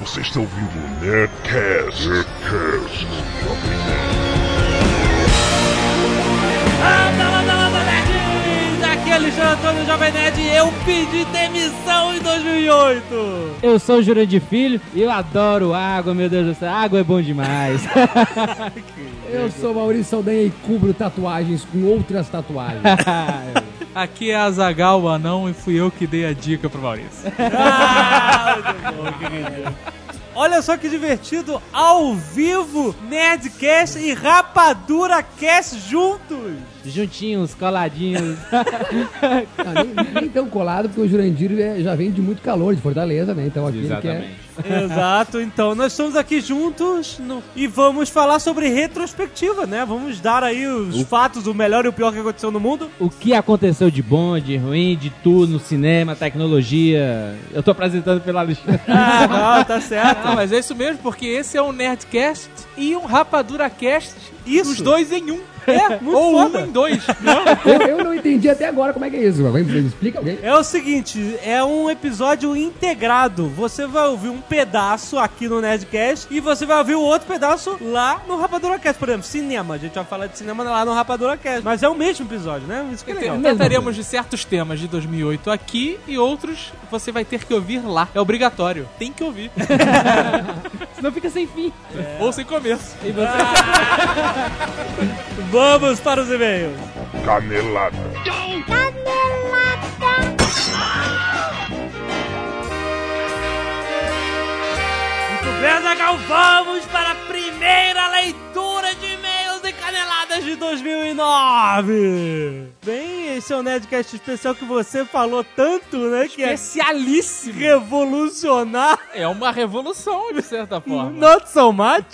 Você está ouvindo o Nerdcast. Nerdcast. Jovem Nerd. Anda, anda, anda, nerds! Aqui é Alexandre Antônio Jovem Nerd e eu pedi demissão em 2008. Eu sou o Jurandir Filho e eu adoro água, meu Deus do céu. Água é bom demais. eu sou Maurício Saldanha e cubro tatuagens com outras tatuagens. Aqui é a Zagal, o anão, e fui eu que dei a dica pro Maurício. ah, bom, Olha só que divertido, ao vivo, Nerdcast e Rapadura Cast juntos! Juntinhos, coladinhos. Não, nem, nem, tão colado, porque o Jurandir né, já vem de muito calor, de Fortaleza, né? Então aqui Exatamente. É... Exato, então nós estamos aqui juntos no... e vamos falar sobre retrospectiva, né? Vamos dar aí os o... fatos, o melhor e o pior que aconteceu no mundo. O que aconteceu de bom, de ruim, de tudo no cinema, tecnologia. Eu tô apresentando pela Alexandre. Ah, não, tá certo. Não, mas é isso mesmo, porque esse é um Nerdcast e um Rapadura Cast isso. Os dois em um. É, muito Ou foda. um em dois. eu, eu, não entendi até agora como é que é isso. Alguém me explica alguém? É o seguinte, é um episódio integrado. Você vai ouvir um pedaço aqui no Nerdcast e você vai ouvir o outro pedaço lá no Rapadura Cast. Por exemplo, cinema. A gente vai falar de cinema lá no Rapadura Cast. Mas é o mesmo episódio, né? Isso que é legal. Trataremos de certos temas de 2008 aqui e outros você vai ter que ouvir lá. É obrigatório. Tem que ouvir. Senão fica sem fim. É. Ou sem começo. E você... Ah! Vamos para os e-mails. Canelada. Canelada. Muito bem, Zagal, vamos para a primeira leitura de e-mails e caneladas de 2009. Bem, esse é o Nerdcast especial que você falou tanto, né? Que é Especialíssimo. Revolucionar. É uma revolução, de certa forma. Not so much.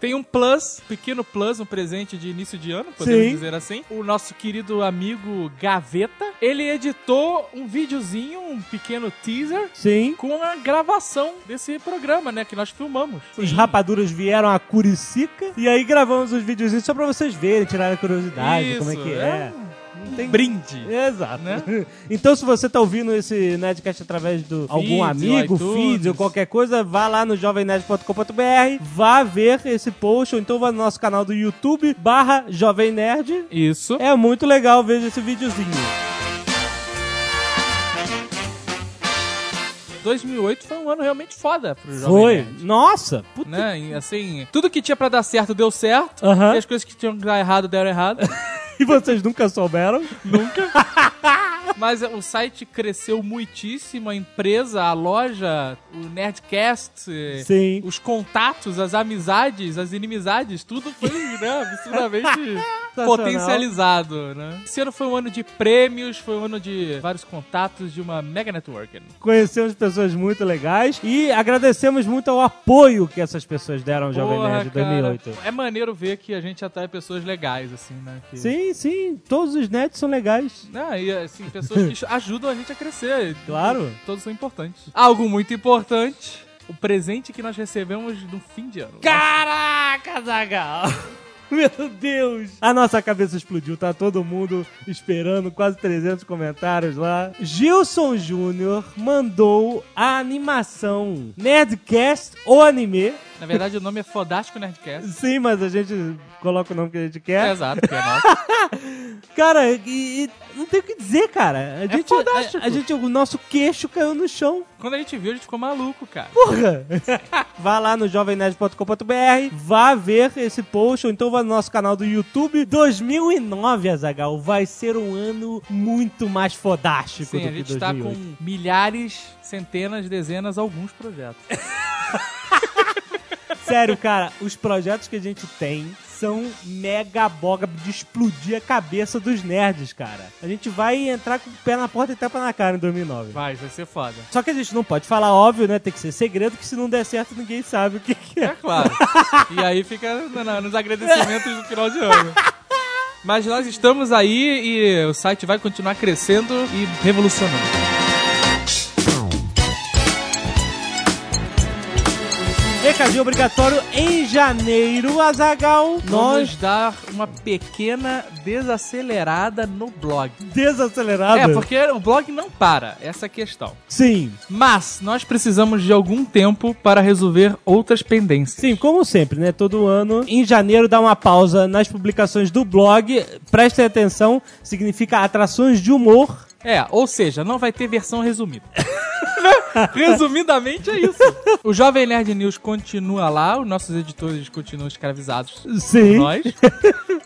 Tem um plus, pequeno plus, um presente de início de ano, podemos Sim. dizer assim. O nosso querido amigo Gaveta, ele editou um videozinho, um pequeno teaser, Sim. com a gravação desse programa, né, que nós filmamos. Sim. Os rapaduras vieram a Curicica e aí gravamos os videozinhos só pra vocês verem, tirarem a curiosidade, Isso, como é que é. é. Tem... brinde. Exato. Né? então, se você tá ouvindo esse Nerdcast através de algum amigo, feed ou qualquer coisa, vá lá no jovemnerd.com.br, vá ver esse post, ou então vá no nosso canal do YouTube, barra Jovem Nerd. Isso. É muito legal, veja esse videozinho. 2008 foi um ano realmente foda pro Jovem Foi. Nerd. Nossa. Puta. Né? assim, tudo que tinha para dar certo deu certo, uh -huh. e as coisas que tinham que dar errado deram errado. E vocês nunca souberam? Nunca. Mas o site cresceu muitíssimo, a empresa, a loja, o Nerdcast, Sim. os contatos, as amizades, as inimizades, tudo foi né, absurdamente potencializado, né? Esse ano foi um ano de prêmios, foi um ano de vários contatos, de uma mega networking. Conhecemos pessoas muito legais e agradecemos muito ao apoio que essas pessoas deram ao Jovem Nerd cara, 2008. É maneiro ver que a gente atrai pessoas legais, assim, né? Que... Sim, sim, todos os nerds são legais. Ah, e assim, pessoas que ajudam a gente a crescer. Claro. Todos são importantes. Algo muito importante, o presente que nós recebemos no fim de ano. Caraca, Zagal! Meu Deus! A nossa cabeça explodiu, tá todo mundo esperando, quase 300 comentários lá. Gilson Júnior mandou a animação Nerdcast ou anime. Na verdade, o nome é Fodástico Nerdcast. Sim, mas a gente coloca o nome que a gente quer. É exato, que é nosso. cara, e, e, não tem o que dizer, cara. A gente, é fodástico. A, a gente, o nosso queixo caiu no chão. Quando a gente viu, a gente ficou maluco, cara. Porra! vá lá no jovemnerd.com.br, vá ver esse post, ou então vá no nosso canal do YouTube. 2009, Azagal, vai ser um ano muito mais fodástico Sim, do a que gente 2008. tá com milhares, centenas, dezenas, alguns projetos. Sério, cara, os projetos que a gente tem são mega boga de explodir a cabeça dos nerds, cara. A gente vai entrar com o pé na porta e tapa na cara em 2009. Vai, vai ser foda. Só que a gente não pode falar óbvio, né? Tem que ser segredo, que se não der certo, ninguém sabe o que, que é. É claro. e aí fica na- na- nos agradecimentos do final de ano. Mas nós estamos aí e o site vai continuar crescendo e revolucionando. Recadinho obrigatório em janeiro, Azagal. Vamos Nós dar uma pequena desacelerada no blog. desacelerado. É, porque o blog não para, essa é a questão. Sim, Mas nós precisamos de algum tempo para resolver outras pendências. Sim, como sempre, né? Todo ano. Em janeiro dá uma pausa nas publicações do blog. Prestem atenção, significa atrações de humor. É, ou seja, não vai ter versão resumida. Resumidamente é isso. O Jovem Nerd News continua lá, os nossos editores continuam escravizados. Sim. por Nós.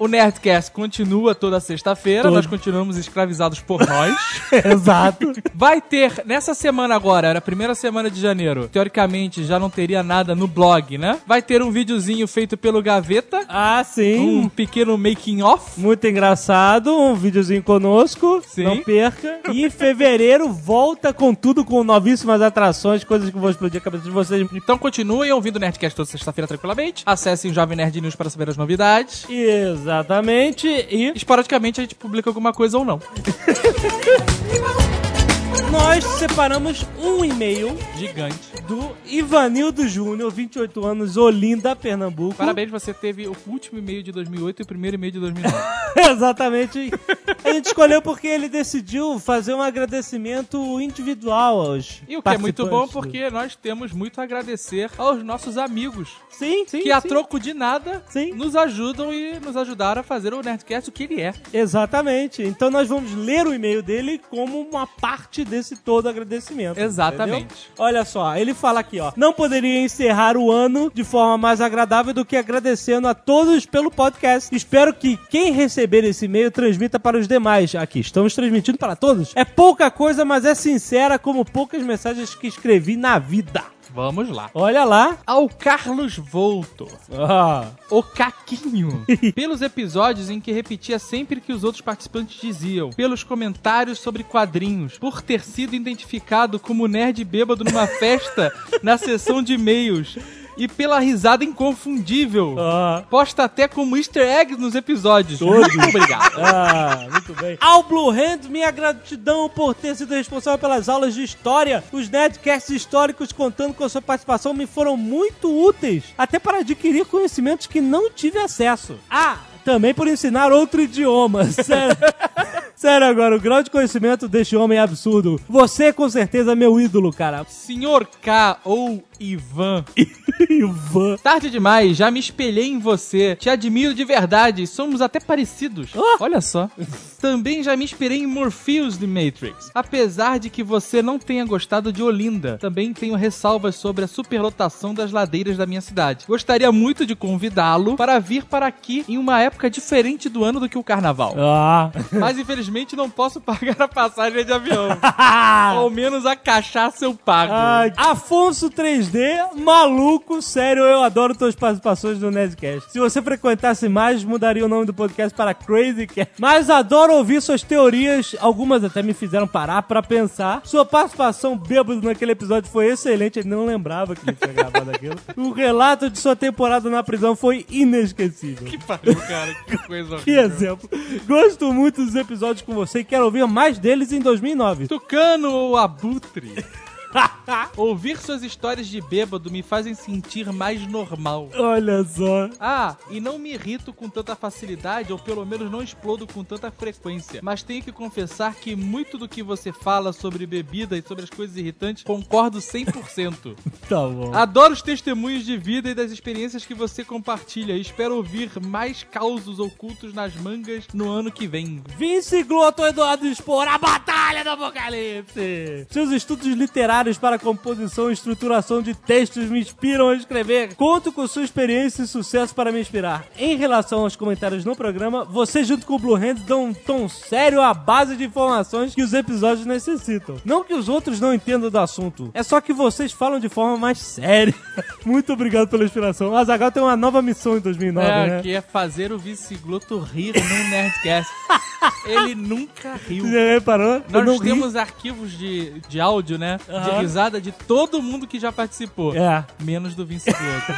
O Nerdcast continua toda sexta-feira, Todo. nós continuamos escravizados por nós. Exato. Vai ter, nessa semana agora, era a primeira semana de janeiro, teoricamente já não teria nada no blog, né? Vai ter um videozinho feito pelo Gaveta, Ah, sim. um pequeno making off. Muito engraçado, um videozinho conosco. Sim. Não perca. E em fevereiro volta com tudo, com novíssimas atrações, coisas que vão explodir a cabeça de vocês. Então continuem ouvindo o Nerdcast toda sexta-feira tranquilamente. Acessem o Jovem Nerd News para saber as novidades. Exatamente. E Esporadicamente a gente publica alguma coisa ou não. nós separamos um e-mail Gigante. do Ivanildo Júnior, 28 anos, Olinda, Pernambuco. Parabéns, você teve o último e-mail de 2008 e o primeiro e-mail de 2009. Exatamente. A gente escolheu porque ele decidiu fazer um agradecimento individual aos E o que é muito bom participantes do- porque nós temos muito a agradecer aos nossos amigos Sim, sim. que a sim. troco de nada Sim. nos ajudam e nos ajudaram a fazer o Nerdcast o que ele é. Exatamente. Então nós vamos ler o e-mail dele como uma parte desse todo agradecimento. Exatamente. entendeu? Olha só, ele fala aqui, ó. Não poderia encerrar o ano de forma mais agradável do que agradecendo a todos pelo podcast. Espero que quem receber esse e-mail transmita para os demais. Aqui, estamos transmitindo para todos. É pouca coisa, mas é sincera como poucas mensagens que escrevi na vida. Vamos lá. Olha lá. Ao Carlos Volto, Ah, o Caquinho, pelos episódios em que repetia sempre que os outros participantes diziam, pelos comentários sobre quadrinhos, por ter sido identificado como nerd bêbado numa festa na sessão de e-mails e pela risada inconfundível. ah, Posta até como easter egg nos episódios. Muito obrigado. ah, muito bem. Ao Blue Hand, minha gratidão por ter sido responsável pelas aulas de história. Os netcasts históricos contando com a sua participação me foram muito úteis, até para adquirir conhecimentos que não tive acesso. Ah, também por ensinar outro idioma. Sério. Sério agora, o grau de conhecimento deste homem é absurdo. Você, com certeza, é meu ídolo, cara. Senhor K ou Ivan. Ivan. Tarde demais, já me espelhei em você. Te admiro de verdade, somos até parecidos. Olha só. Também já me inspirei em Morpheus de Matrix. Apesar de que você não tenha gostado de Olinda, também tenho ressalvas sobre a superlotação das ladeiras da minha cidade. Gostaria muito de convidá-lo para vir para aqui em uma época diferente do ano do que o carnaval. Ah. Mas infelizmente não posso pagar a passagem de avião. Ah. Ao menos a cachaça eu pago. Ai, Afonso 3D, maluco, sério, eu adoro tuas participações no Nerdcast. Se você frequentasse mais, mudaria o nome do podcast para Crazy Cat. Mas adoro ouvir suas teorias, algumas até me fizeram parar pra pensar. Sua participação bêbado naquele episódio foi excelente, ele não lembrava que ele tinha gravado aquilo. O relato de sua temporada na prisão foi inesquecível. que pariu, cara. Que coisa Que exemplo. Gosto muito dos episódios com você e quero ouvir mais deles em 2009. Tucano ou abutre? Ouvir suas histórias de bêbado me fazem sentir mais normal. Olha só. Ah, e não me irrito com tanta facilidade, ou pelo menos não explodo com tanta frequência. Mas tenho que confessar que muito do que você fala sobre bebida e sobre as coisas irritantes, concordo 100%. Tá bom. Adoro os testemunhos de vida e das experiências que você compartilha. E espero ouvir mais causos ocultos nas mangas no ano que vem. Vince Gloto Eduardo Spor, a Batalha do Apocalipse! Seus estudos literários para composição e estruturação de textos me inspiram a escrever. Conto com sua experiência e sucesso para me inspirar. Em relação aos comentários no programa, você junto com o Blue Hand dão um tom sério à base de informações que os episódios necessitam. Não que os outros não entendam do assunto, é só que vocês falam de forma mais séria. Muito obrigado pela inspiração. A Zagal tem uma nova missão em 2009, é, né? que é fazer o Vicigloto rir no Nerdcast. Ele nunca riu. Você já reparou? Eu Nós não ri. temos arquivos de, de áudio, né? De Aham. risada de todo mundo que já participou. É. Menos do Vicigloto.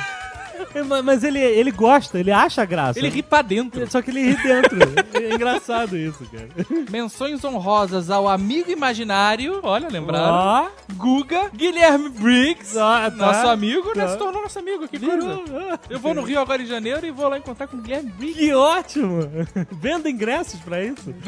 É, ma- Mas ele, ele gosta, ele acha graça. Ele ri pra dentro. Só que ele ri dentro. É engraçado isso, cara. Menções honrosas ao amigo imaginário. Olha, lembraram. Ó, Guga, Guilherme Briggs, Ah, tá. nosso amigo, né? Tá. Se tornou nosso amigo, que coisa. virou. Eu vou no Rio agora em janeiro e vou lá encontrar com o Guilherme Briggs. Que ótimo! Venda ingressos pra isso?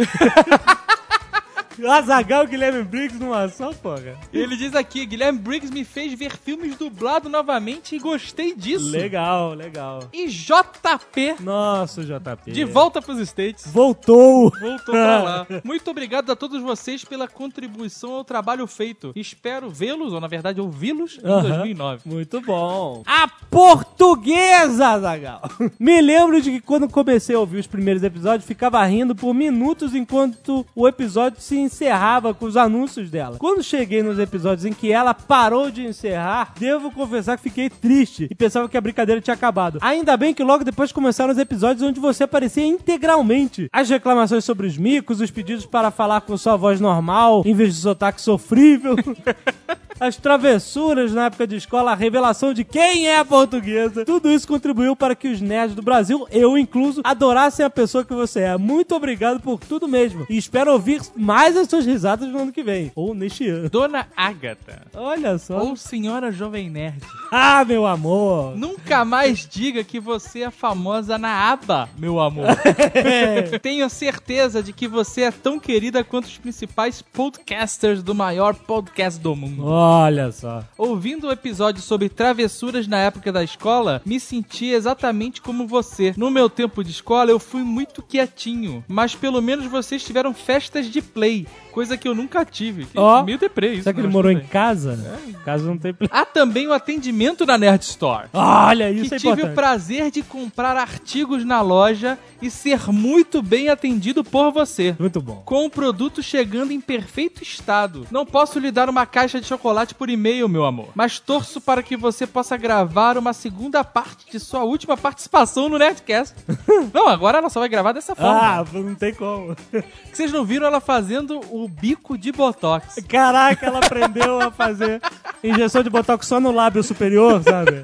Azagal Guilherme Briggs numa só, porra. Ele diz aqui, Guilherme Briggs me fez ver filmes dublado novamente e gostei disso. Legal, legal. E JP, Nossa, JP. de volta pros States. Voltou! Voltou pra lá. Muito obrigado a todos vocês pela contribuição ao trabalho feito. Espero vê-los, ou na verdade ouvi-los, em Aham. 2009. Muito bom. A portuguesa, Zagal. Me lembro de que quando comecei a ouvir os primeiros episódios, ficava rindo por minutos enquanto o episódio se encerrava com os anúncios dela. Quando cheguei nos episódios em que ela parou de encerrar, devo confessar que fiquei triste e pensava que a brincadeira tinha acabado. Ainda bem que logo depois começaram os episódios onde você aparecia integralmente. As reclamações sobre os micos, os pedidos para falar com sua voz normal em vez de sotaque sofrível. As travessuras na época de escola, a revelação de quem é a portuguesa. Tudo isso contribuiu para que os nerds do Brasil, eu incluso, adorassem a pessoa que você é. Muito obrigado por tudo mesmo. E espero ouvir mais as suas risadas no ano que vem. Ou neste ano. Dona Agatha, Olha só. ou Senhora Jovem Nerd, Ah, meu amor. nunca mais diga que você é famosa na aba, meu amor. Tenho certeza de que você é tão querida quanto os principais podcasters do maior podcast do mundo. Olha só. Ouvindo o episódio sobre travessuras na época da escola, me senti exatamente como você. No meu tempo de escola, eu fui muito quietinho, mas pelo menos vocês tiveram festas de play, coisa que eu nunca tive. Que Ó, meio deprê isso. Será que ele né? Mas morou tudo em bem. É. casa? Casa não tem... pla- Há também o atendimento da Nerd Store. Olha, Que isso é tive o importante. prazer de comprar artigos na loja e ser muito bem atendido por você. Muito bom. Com o produto chegando em perfeito estado. Não posso lhe dar uma caixa de chocolate por e-mail, meu amor. Mas torço para que você possa gravar uma segunda parte de sua última participação no Nerdcast. não, agora ela só vai gravar dessa forma. Ah, não tem como. Que Vocês não viram ela fazendo o bico de botox. Caraca, ela aprendeu a fazer injeção de botox só no lábio superior, sabe?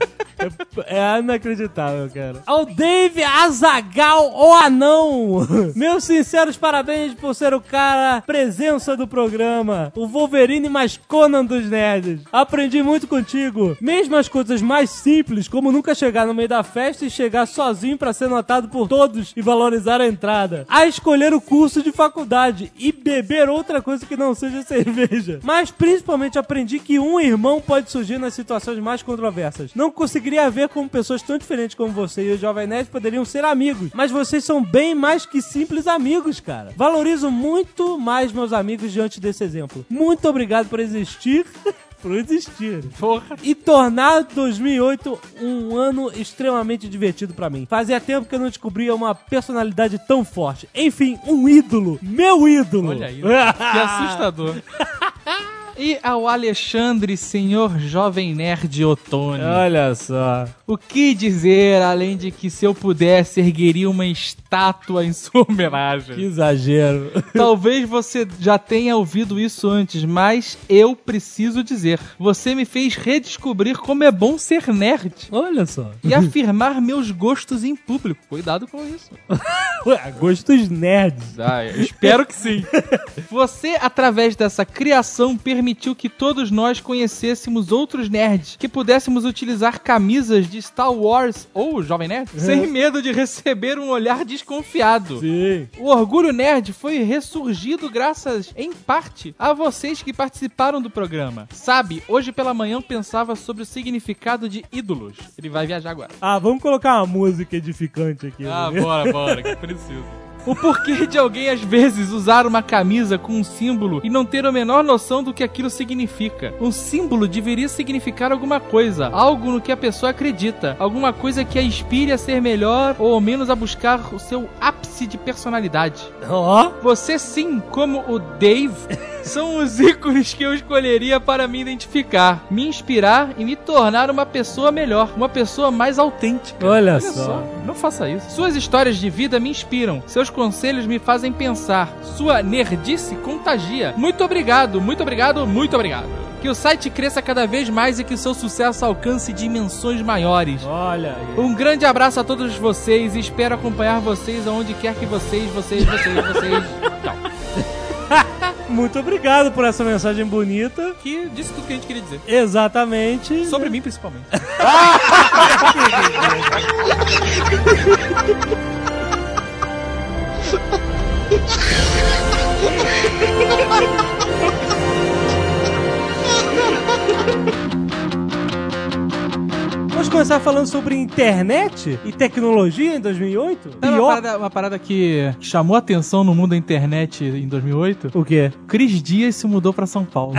É, é inacreditável, cara. Ao Dave Azagal, o anão! Meus sinceros parabéns por ser o cara presença do programa. O Wolverine mais Conan dos nerds. Aprendi muito contigo. Mesmo as coisas mais simples, como nunca chegar no meio da festa e chegar sozinho pra ser notado por todos e valorizar a entrada. A escolher o curso de faculdade e beber outra coisa que não seja cerveja. Mas principalmente aprendi que um irmão pode surgir nas situações mais controversas. Não conseguiria ver como pessoas tão diferentes como você e o Jovem Nerd poderiam ser amigos. Mas vocês são bem mais que simples amigos, cara. Valorizo muito mais meus amigos diante desse exemplo. Muito obrigado por existir. por existir Porra. e tornar 2008 um ano extremamente divertido pra mim. Fazia tempo que eu não descobria uma personalidade tão forte. Enfim, um ídolo, meu ídolo. Olha aí. Que assustador. E ao Alexandre, senhor jovem nerd Otone. Olha só. O que dizer além de que se eu pudesse ergueria uma estátua em sua homenagem? Que exagero. Talvez você já tenha ouvido isso antes, mas eu preciso dizer. Você me fez redescobrir como é bom ser nerd Olha só. e afirmar meus gostos em público. Cuidado com isso. Ué, gostos nerds. Ah, eu espero que sim. Você, através dessa criação, permitiu que todos nós conhecêssemos outros nerds, que pudéssemos utilizar camisas de Star Wars ou Jovem Nerd sem medo de receber um olhar desconfiado. Sim. O Orgulho Nerd foi ressurgido graças, em parte, a vocês que participaram do programa. Sabe, hoje pela manhã eu pensava sobre o significado de ídolos. Ele vai viajar agora. Ah, vamos colocar uma música edificante aqui. Ah. né? bora, bora, que preciso. O porquê de alguém às vezes usar uma camisa com um símbolo e não ter a menor noção do que aquilo significa. Um símbolo deveria significar alguma coisa, algo no que a pessoa acredita, alguma coisa que a inspire a ser melhor ou ao menos a buscar o seu ápice de personalidade. Ó, Você sim, como o Dave, são os ícones que eu escolheria para me identificar, me inspirar e me tornar uma pessoa melhor, uma pessoa mais autêntica. Olha só. não faça isso. Suas histórias de vida me inspiram, seus conselhos me fazem pensar, sua nerdice contagia. Muito obrigado, muito obrigado, muito obrigado. Que o site cresça cada vez mais e que seu sucesso alcance dimensões maiores. Olha aí. Um grande abraço a todos vocês e espero acompanhar vocês aonde quer que vocês, vocês, vocês, vocês. Tchau. Muito obrigado por essa mensagem bonita. Que disse tudo que a gente queria dizer. Exatamente. Sobre mim, principalmente. Vamos começar falando sobre internet e tecnologia em 2008? Sabe Uma parada, uma parada que chamou atenção no mundo da internet em 2008. O quê? Cris Dias se mudou pra São Paulo.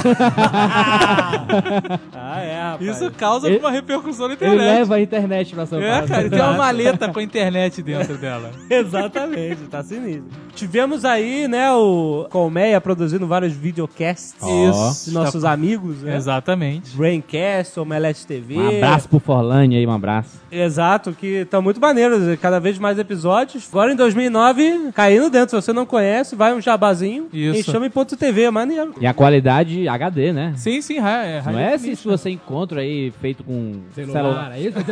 Ah, é, rapaz. Isso causa Ele- uma repercussão na Ele internet. leva a internet pra São É, Paulo. cara, tem uma maleta com a internet dentro dela. Exatamente, tá sinistro. Tivemos aí, né, o Colmeia produzindo vários videocasts Isso. de nossos amigos, né? Exatamente. Braincast, Omelete É. TV. Um abraço pro Forlane aí, um abraço. Exato, que estão muito maneiros. Cada vez mais episódios. Agora em 2009, caindo dentro. Se você não conhece, vai um jabazinho. Isso. Enxame.tv, é maneiro. E a qualidade HD, né? Sim, sim, ra- é, Não ra- é se se você encontra aí feito com celular. Celular, é isso? É isso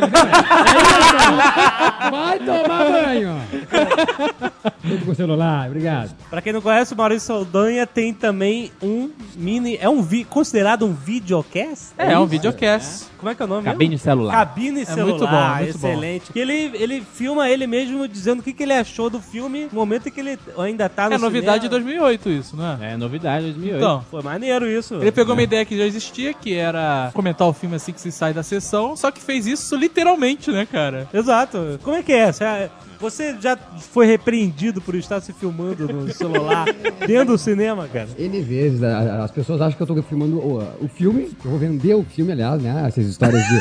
mesmo. Vai tomar banho. Tudo com celular, obrigado. Pra quem não conhece, o Maurício Saldanha tem também um mini. É um vi, considerado um videocast? É, é um videocast. Como é que é o nome? mesmo? Cabine celular. Cabine celular, É muito bom, muito excelente. Que ele, ele filma ele mesmo dizendo o que, que ele achou do filme no momento em que ele ainda tá no É novidade de cinema. 2008 isso, não é? É novidade 2008. Então, Foi maneiro isso. ele pegou uma ideia que já existia, que era comentar o filme assim que se sai da sessão, só que fez isso literalmente, né, cara? Exato. Como é que é? Você- Você já foi repreendido por estar se filmando no celular dentro do cinema, cara? N vezes, a- a- as pessoas acham que eu tô filmando o, o filme, eu vou vender o filme, aliás, né? Essas histórias de,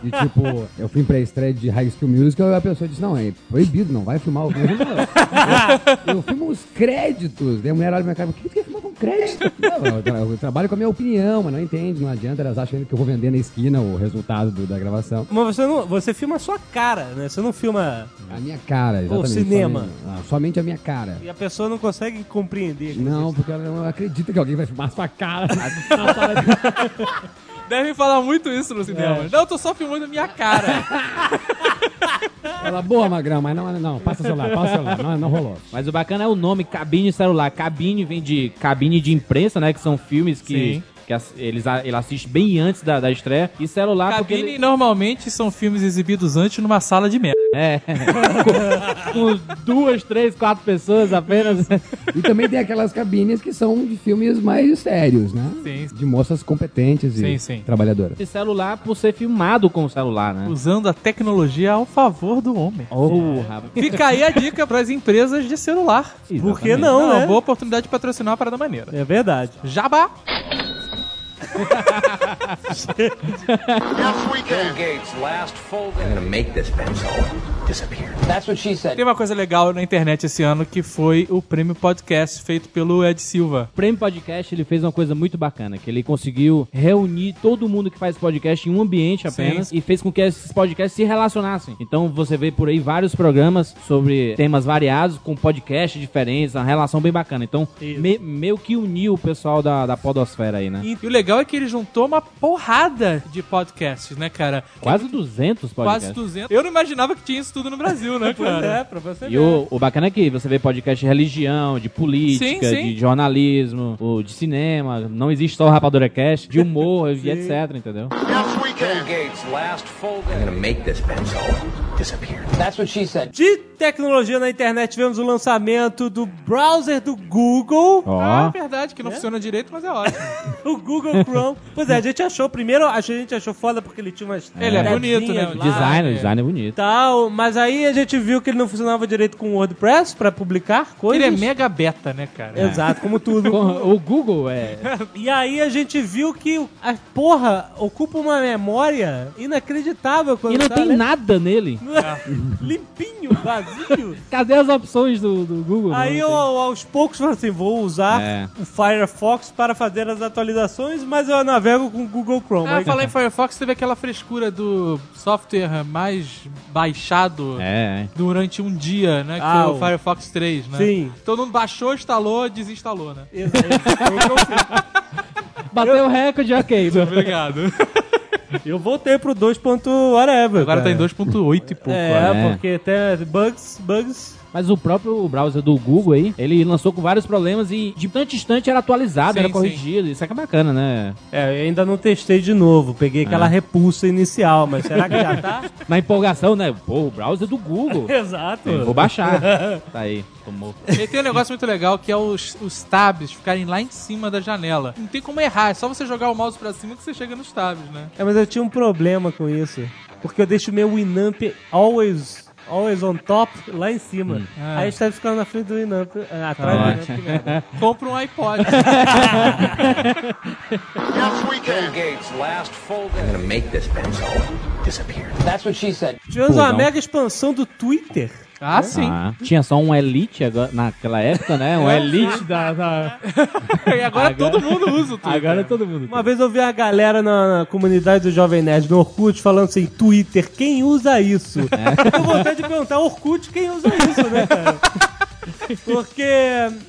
de, tipo, eu fui pra estreia de High School Musical e a pessoa disse, não, é proibido, não vai filmar o filme. Eu, não, eu, eu filmo os créditos, daí a mulher olha pra minha cara, por que tu quer filmar com crédito? Não, eu, tra- eu trabalho com a minha opinião, mas não entende, não adianta, elas acham ainda que eu vou vender na esquina o resultado do- da gravação. Mas você, não, você filma a sua cara, né? Você não filma. A minha cara, exatamente. cinema. Somente, ah, somente a minha cara. E a pessoa não consegue compreender. Não, porque ela não acredita que alguém vai filmar sua cara. Devem falar muito isso no É. cinema. Não, eu tô só filmando a minha cara. Ela, boa, Magrão, mas não, não, passa o celular, passa o celular, não, não rolou. Mas o bacana é o nome, cabine celular. Cabine vem de cabine de imprensa, né? Que são filmes que, Sim. que as- eles, a- ele assiste bem antes da, da estreia. E celular Ah, porque... Cabine ele- normalmente são filmes exibidos antes numa sala de merda. É. com, com duas, três, quatro pessoas apenas. E também tem aquelas cabines que são de filmes mais sérios, né? Sim. De moças competentes Sim, e sim. trabalhadoras. Esse celular por ser filmado com o celular, né? Usando a tecnologia ao favor do homem. Oh, rapaz. Fica aí a dica pras empresas de celular. Por que não, Não, é né? boa oportunidade de patrocinar uma parada maneira. É verdade. Jabá! I'm gonna make this benzo disappear. Tem uma coisa legal na internet esse ano que foi o prêmio podcast feito pelo Ed Silva. O Prêmio Podcast ele fez uma coisa muito bacana, que ele conseguiu reunir todo mundo que faz podcast em um ambiente apenas e fez com que esses podcasts se relacionassem. Então você vê por aí vários programas sobre temas variados, com podcasts diferentes, uma relação bem bacana. Então Isso. me- meio que uniu o pessoal da, da podosfera aí, né? E o legal é que ele juntou uma porrada de podcasts, né, cara? Quase 200 podcasts. Quase 200. Eu não imaginava que tinha isso tudo no Brasil, né, Pois cara? é, pra você E o, o bacana é que você vê podcast de religião, de política, Sim, sim. de jornalismo, o- de cinema, não existe só o Rapadura Cast, de humor e etc, entendeu? I'm gonna make this benzo disappear. De tecnologia na internet, tivemos o lançamento do browser do Google, Ó. Ah, é verdade, que não funciona direito, mas é ótimo. o Google Chrome. Pois é, a gente achou, primeiro a gente achou foda porque ele tinha umas. Ele é bonito, letrinhas né? lá, Design, é. design é bonito. Tal, mas aí a gente viu que ele não funcionava direito com o WordPress pra publicar coisas. É. Ele é mega beta, né, cara? Exato, como tudo. Com- O Google é. E aí a gente viu que a porra ocupa uma memória inacreditável quando E não tá tem lendo. nada nele. Limpinho, vazio. Cadê as opções do, do Google? aí eu, Não tem. aos poucos, falei assim, vou usar É. o Firefox para fazer as atualizações, mas eu navego com o Google Chrome. Ah, Aí- falar em Firefox, teve aquela frescura do software mais baixado É, é. durante um dia, né? Que Ah, foi o o- Firefox 3, né? Sim. Todo mundo baixou, instalou, desinstalou, né? Exa- exa- foi o que eu fiz. Bateu o recorde, ok. Obrigado. Eu voltei pro 2. whatever. Agora tá em cara. 2.8 e pouco. né? É, É. porque até bugs, bugs. Mas o próprio browser do Google aí, ele lançou com vários problemas e de tanto instante era atualizado, Sim, era sim. corrigido. Isso é que é bacana, né? É, eu ainda não testei de novo. Ah. Peguei aquela repulsa inicial, mas será que já tá? Na empolgação, né? Pô, o browser do Google. Exato. Eu Vou baixar. Tá aí, tomou. E tem um negócio muito legal que é os, os tabs ficarem lá em cima da janela. Não tem como errar, é só você jogar o mouse pra cima que você chega nos tabs, né? É, mas eu tinha um problema com isso. Porque eu deixo o meu Winamp always, always on top lá em cima. Ah. Aí está ficando na frente do Winamp, eh, atrás do Winamp. que merda. Compra um iPod. I'm gonna make this pencil disappear. Tivemos uma Pô, não. mega expansão do Twitter. ah, sim. Ah, tinha só um Elite agora- naquela época, né? Um Elite da. da- E agora, todo mundo usa o Twitter. Agora todo mundo. Uma vez eu vi a galera na, na comunidade do Jovem Nerd no Orkut falando assim: Twitter, quem usa isso? Eu tenho vontade de perguntar: Orkut, quem usa isso, né, cara? Porque.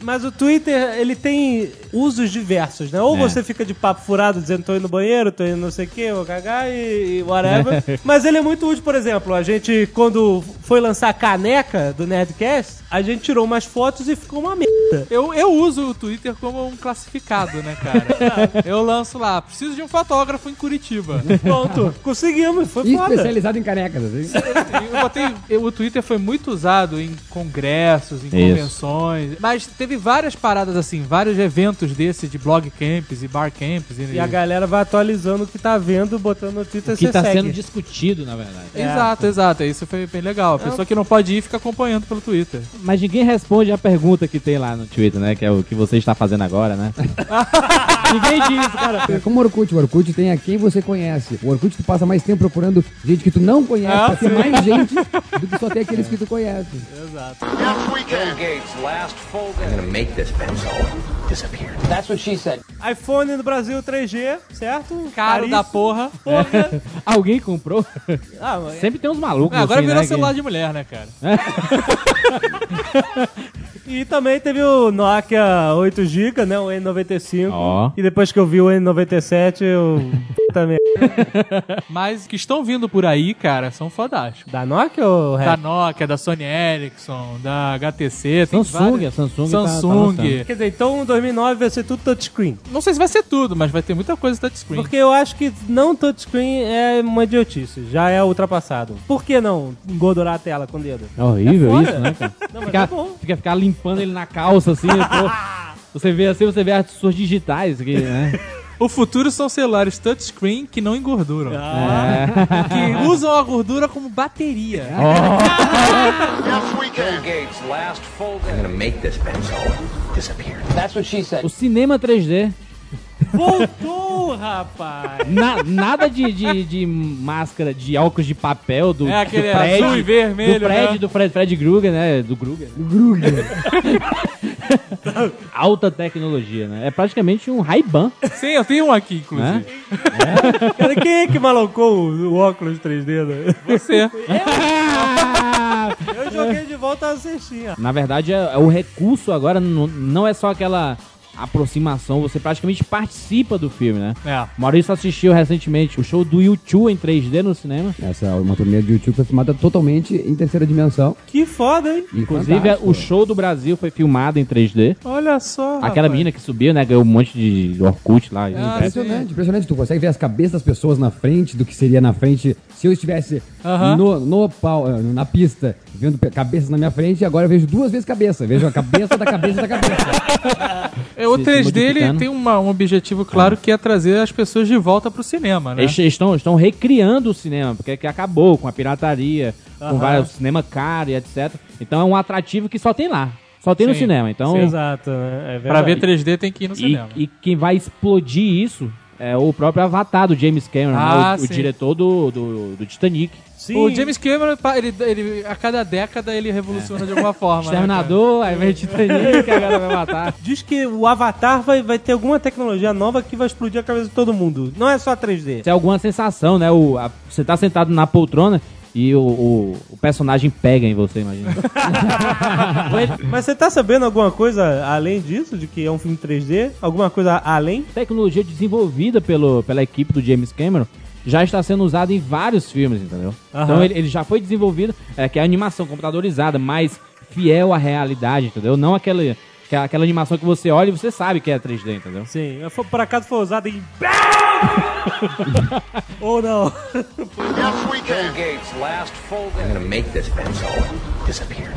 Mas o Twitter, ele tem usos diversos, né? Ou É. você fica de papo furado dizendo tô indo no banheiro, tô indo não sei o quê, vou cagar e, e whatever. mas ele é muito útil, por exemplo, a gente, quando foi lançar a caneca do Nerdcast, a gente tirou umas fotos e ficou uma merda. Eu, eu uso o Twitter como um classificado, né, cara? eu lanço lá, preciso de um fotógrafo em Curitiba. Pronto, conseguimos, foi E foda. especializado em canecas, assim. Eu botei, eu- o Twitter foi muito usado em congressos, em Isso. convenções, mas teve várias paradas assim, vários eventos desse de blog camps e bar camps. E a galera vai atualizando o que tá vendo, botando no Twitter, que você tá segue. sendo discutido, na verdade. É. Exato, exato. Isso foi bem legal. A pessoa que não pode ir fica acompanhando pelo Twitter. Mas ninguém responde a pergunta que tem lá no Twitter, né? Que é o que você está fazendo agora, né? ninguém diz, cara. É como o Orkut. O Orkut tem a quem você conhece. O Orkut tu passa mais tempo procurando gente que tu não conhece Ah, pra ter mais gente do que só tem aqueles que tu conhece. I'm gonna make this pencil disappear. iPhone no Brasil 3G, certo? Caro da porra. porra. Alguém comprou? ah, mas Sempre tem uns malucos. Ah, agora assim, virou né, celular de mulher, né, cara? É. E também teve o Nokia 8GB, né? O N95. Ó. E depois que eu vi o N97, eu... também. Mas que estão vindo por aí, cara, são fodásticos. Da Nokia ou... É. Da Nokia, da Sony Ericsson, da HTC, tem Samsung, várias- a Samsung tá- tá Samsung. lançando. Quer dizer, então 2009 vai ser tudo touchscreen. não sei se vai ser tudo, mas vai ter muita coisa touchscreen. Porque eu acho que não touchscreen é uma idiotice, já é ultrapassado. Por que não engordurar a tela com o dedo? É horrível É isso, fora. né, cara? Não, mas Ficar, é bom. fica ficar limpando ele na calça, assim. pô. Você vê assim, você vê as suas digitais aqui, né? O futuro são celulares touchscreen que não engorduram. É. Que usam a gordura como bateria. I'm gonna make this pencil disappear. O cinema 3D. Voltou, rapaz! Na- nada de, de, de máscara, de óculos de papel do, É aquele do Fred, azul e vermelho, do Fred, né? do Fred, Fred Krueger, né? Do Krueger. Alta tecnologia, né? É praticamente um Ray-Ban, Sim, eu tenho um aqui, inclusive. né? Cara, quem é que malocou o, o óculos 3D? Né? Você. É. Eu joguei de volta a cestinha. Na verdade, é, é o recurso agora não, não é só aquela aproximação, você praticamente participa do filme, né? É. Maurício assistiu recentemente o show do YouTube em 3D no cinema. Essa é uma turnê de YouTube foi filmada totalmente em terceira dimensão. Que foda, hein? E Inclusive, é fantástico. o show do Brasil foi filmado em 3D. Olha só. Aquela menina que subiu, né? Ganhou um monte de Orkut lá. Ah, né? Impressionante, impressionante. Tu consegue ver as cabeças das pessoas na frente do que seria na frente se eu estivesse Aham. no, no pau, eh, na pista, vendo pe- cabeças na minha frente, e agora eu vejo duas vezes cabeça. Vejo a cabeça da cabeça da cabeça. É, o se 3D ele modificando. tem uma- um objetivo claro que é trazer as pessoas de volta pro cinema, né? Eles estão, estão recriando o cinema, porque é que acabou com a pirataria, com vários cinema caro e etc. Então é um atrativo que só tem lá. Só tem no Sim, cinema. Então, Exato, né? É Pra ver verdade. 3D tem que ir no e, cinema. e quem vai explodir isso é o próprio Avatar do James Cameron, né? Ah, o, o sim. diretor do, do, do Titanic. Sim. O James Cameron, pá, ele, ele- a cada década ele revoluciona de alguma forma. né, Exterminador, aí vem Titanic, agora vai matar. Diz que o Avatar vai, vai ter alguma tecnologia nova que vai explodir a cabeça de todo mundo. Não é só 3D. Isso é alguma sensação, né? O, a- você tá sentado na poltrona e o, o- o personagem pega em você, imagina. Mas você tá sabendo alguma coisa além disso? De que é um filme 3D? Alguma coisa além? Tecnologia desenvolvida pelo, pela equipe do James Cameron já está sendo usada em vários filmes, entendeu? Aham. Então ele, ele já foi desenvolvido, é que é a animação computadorizada, mais fiel à realidade, entendeu? Não aquela, aquela, aquela animação que você olha e você sabe que é 3D, entendeu? Sim. eu fo- Por acaso foi usado em. Ou não? Bill Gates' last full I'm gonna make this pencil disappear.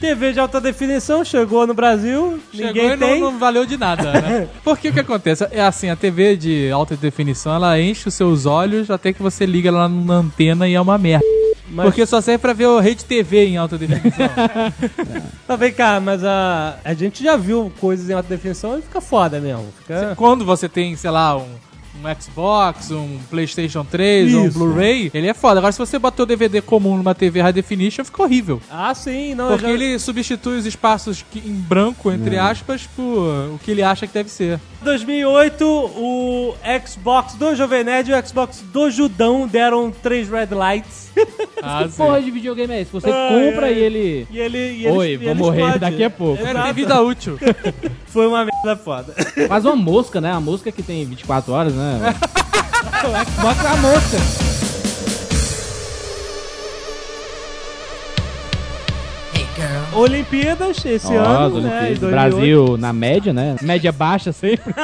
TV de alta definição chegou no Brasil, Chegou ninguém e não, tem. não valeu de nada, né? Porque o que acontece? É assim, a TV de alta definição, ela enche os seus olhos até que você liga lá na antena e é uma merda. Mas- Porque só serve pra ver o Rede TV em alta definição. Mas vem cá, mas a, a gente já viu coisas em alta definição e fica foda mesmo. Fica... Quando você tem, sei lá, um, um Xbox, um PlayStation 3, um Isso. Blu-ray, ele é foda. Agora, se você botou o DVD comum numa TV High Definition, fica horrível. Ah, sim, não. eu Porque já- ele substitui os espaços que- em branco, entre aspas, por o que ele acha que deve ser. 2008, o Xbox do Jovem Nerd e o Xbox do Judão deram três red lights. Ah, Que porra de videogame é esse? Você compra ai. e ele... E ele. E ele Oi, e vou ele morrer explode. daqui a pouco. Ele É, tem vida útil. Foi uma merda foda. Faz uma mosca, né? A mosca que tem 24 horas, né? o Xbox é a mosca. Olimpíadas esse ano, né? em 2008. Brasil na média, né? Média baixa sempre.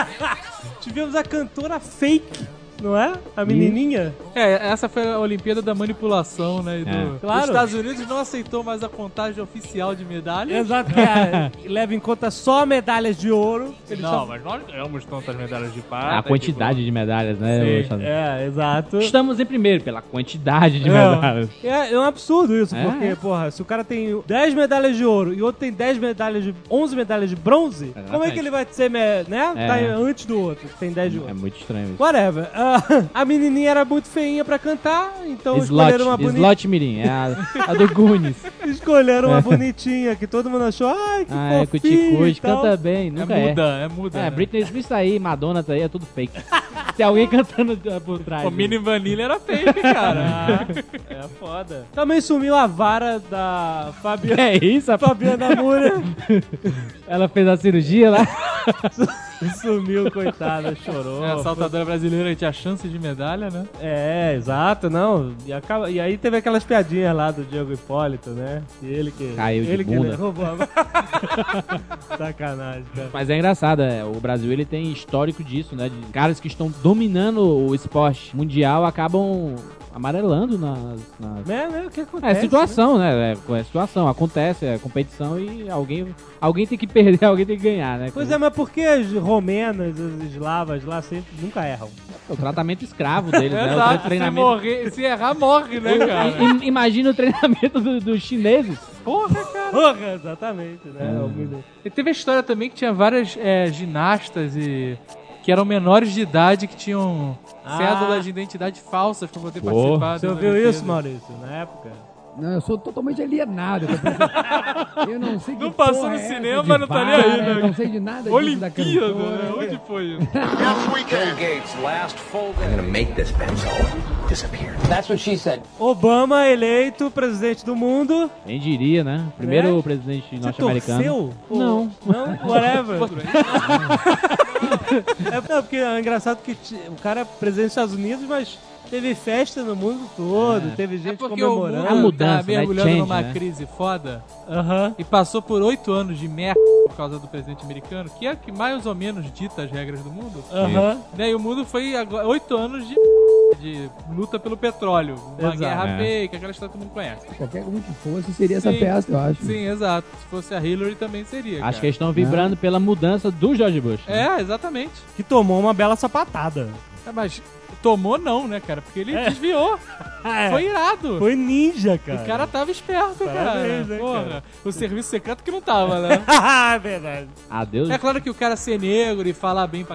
Tivemos a cantora fake, não é? A menininha. É, essa foi a Olimpíada da manipulação, né? e do- É. Claro. Os Estados Unidos não aceitou mais a contagem oficial de medalhas. Exato, que é- leva em conta só medalhas de ouro. Eles Não, só- mas nós ganhamos tantas medalhas de prata. A quantidade de medalhas, né? Sim, Alexandre? é, exato. Estamos em primeiro pela quantidade de medalhas. É, é, é um absurdo isso, É, porque, é. porra, se o cara tem 10 medalhas de ouro e outro tem 10 medalhas de 11 medalhas de bronze, Exatamente. como é que ele vai ser, me- né? É. Tá antes do outro, que tem 10 de ouro. É muito estranho isso. Whatever. Ah, a menininha era muito feinha pra cantar, então Slot, escolheram uma bonita. Slot Mirim, é a, a do Goonies. Escolheram uma bonitinha que todo mundo achou, ai, que É. Ah, é fofinha e Cuticuz, tal. canta bem, É nunca é. muda, é muda. É, né? Britney Spears tá aí, Madonna tá aí, é tudo fake. Tem alguém cantando ah, por trás. O Mini Vanilla era fake, cara. É foda. Também sumiu a vara da Fabiana, É isso, a Fabiana Moura. Ela fez a cirurgia lá. sumiu, coitada, chorou. É, a saltadora É, brasileira tinha chance de medalha, né? É, exato, não. E, acaba- e aí teve aquelas piadinhas lá do Diego Hipólito, né? E ele que. Caiu de ele bunda. que roubou a Sacanagem, cara. Mas é engraçado, é, o Brasil ele tem histórico disso, né? De caras que estão dominando o esporte mundial acabam amarelando nas. nas- Né, né? O que acontece? É situação, né? É, é situação, acontece, é competição e alguém, alguém tem que perder, alguém tem que ganhar, né? Pois é, mas por que as romenas, as eslavas lá sempre nunca erram? é, O tratamento escravo deles, né? O se, treinamento. morrer, se errar, morre, né, cara? I- i- Imagina o treinamento do- dos chineses. Porra, cara. Porra, exatamente, né? É. Humilha- E teve a história também que tinha várias é, ginastas e que eram menores de idade que tinham Ah. cédulas de identidade falsas pra poder Porra. participar. Você da ouviu Olimpíada. isso, Maurício, na época? Não, eu sou totalmente alienado. Eu, tô pensando- eu não sei que Não passou porra no é essa cinema, de não tá nem vara, aí, eu né? Não sei de nada disso da Olimpíada, cantora. né? Onde foi isso? Bill Gates' last full I'm gonna make this pencil disappear. Obama eleito presidente do mundo. Quem diria, né? Primeiro Né? presidente Você norte-americano. torceu? Não. Não, whatever. é não, porque é engraçado que ti- o cara é presidente dos Estados Unidos, mas teve festa no mundo todo, teve É gente porque o mundo comemorando. A mudança, tá mergulhando né? Change, numa né? crise foda Aham. e passou por oito anos de merda por causa do presidente americano, que é o que mais ou menos dita as regras do mundo. Aham. Né? E o mundo foi agora- oito anos de, de luta pelo petróleo, uma Exato. guerra É. fake, aquela história que todo mundo conhece. Qualquer um que fosse, seria essa Sim. festa, eu acho. Sim, exato. Se fosse a Hillary também seria. Acho que cara. eles estão vibrando pela mudança do George Bush. né? É, exatamente. Que tomou uma bela sapatada. É, mas tomou não, né, cara? Porque ele desviou. Foi irado. É. Foi ninja, cara. É. O cara tava esperto, Parabéns, cara. né, Porra, cara? o serviço secreto que não tava, né? é verdade. Adeus. É claro que o cara ser negro e falar bem pra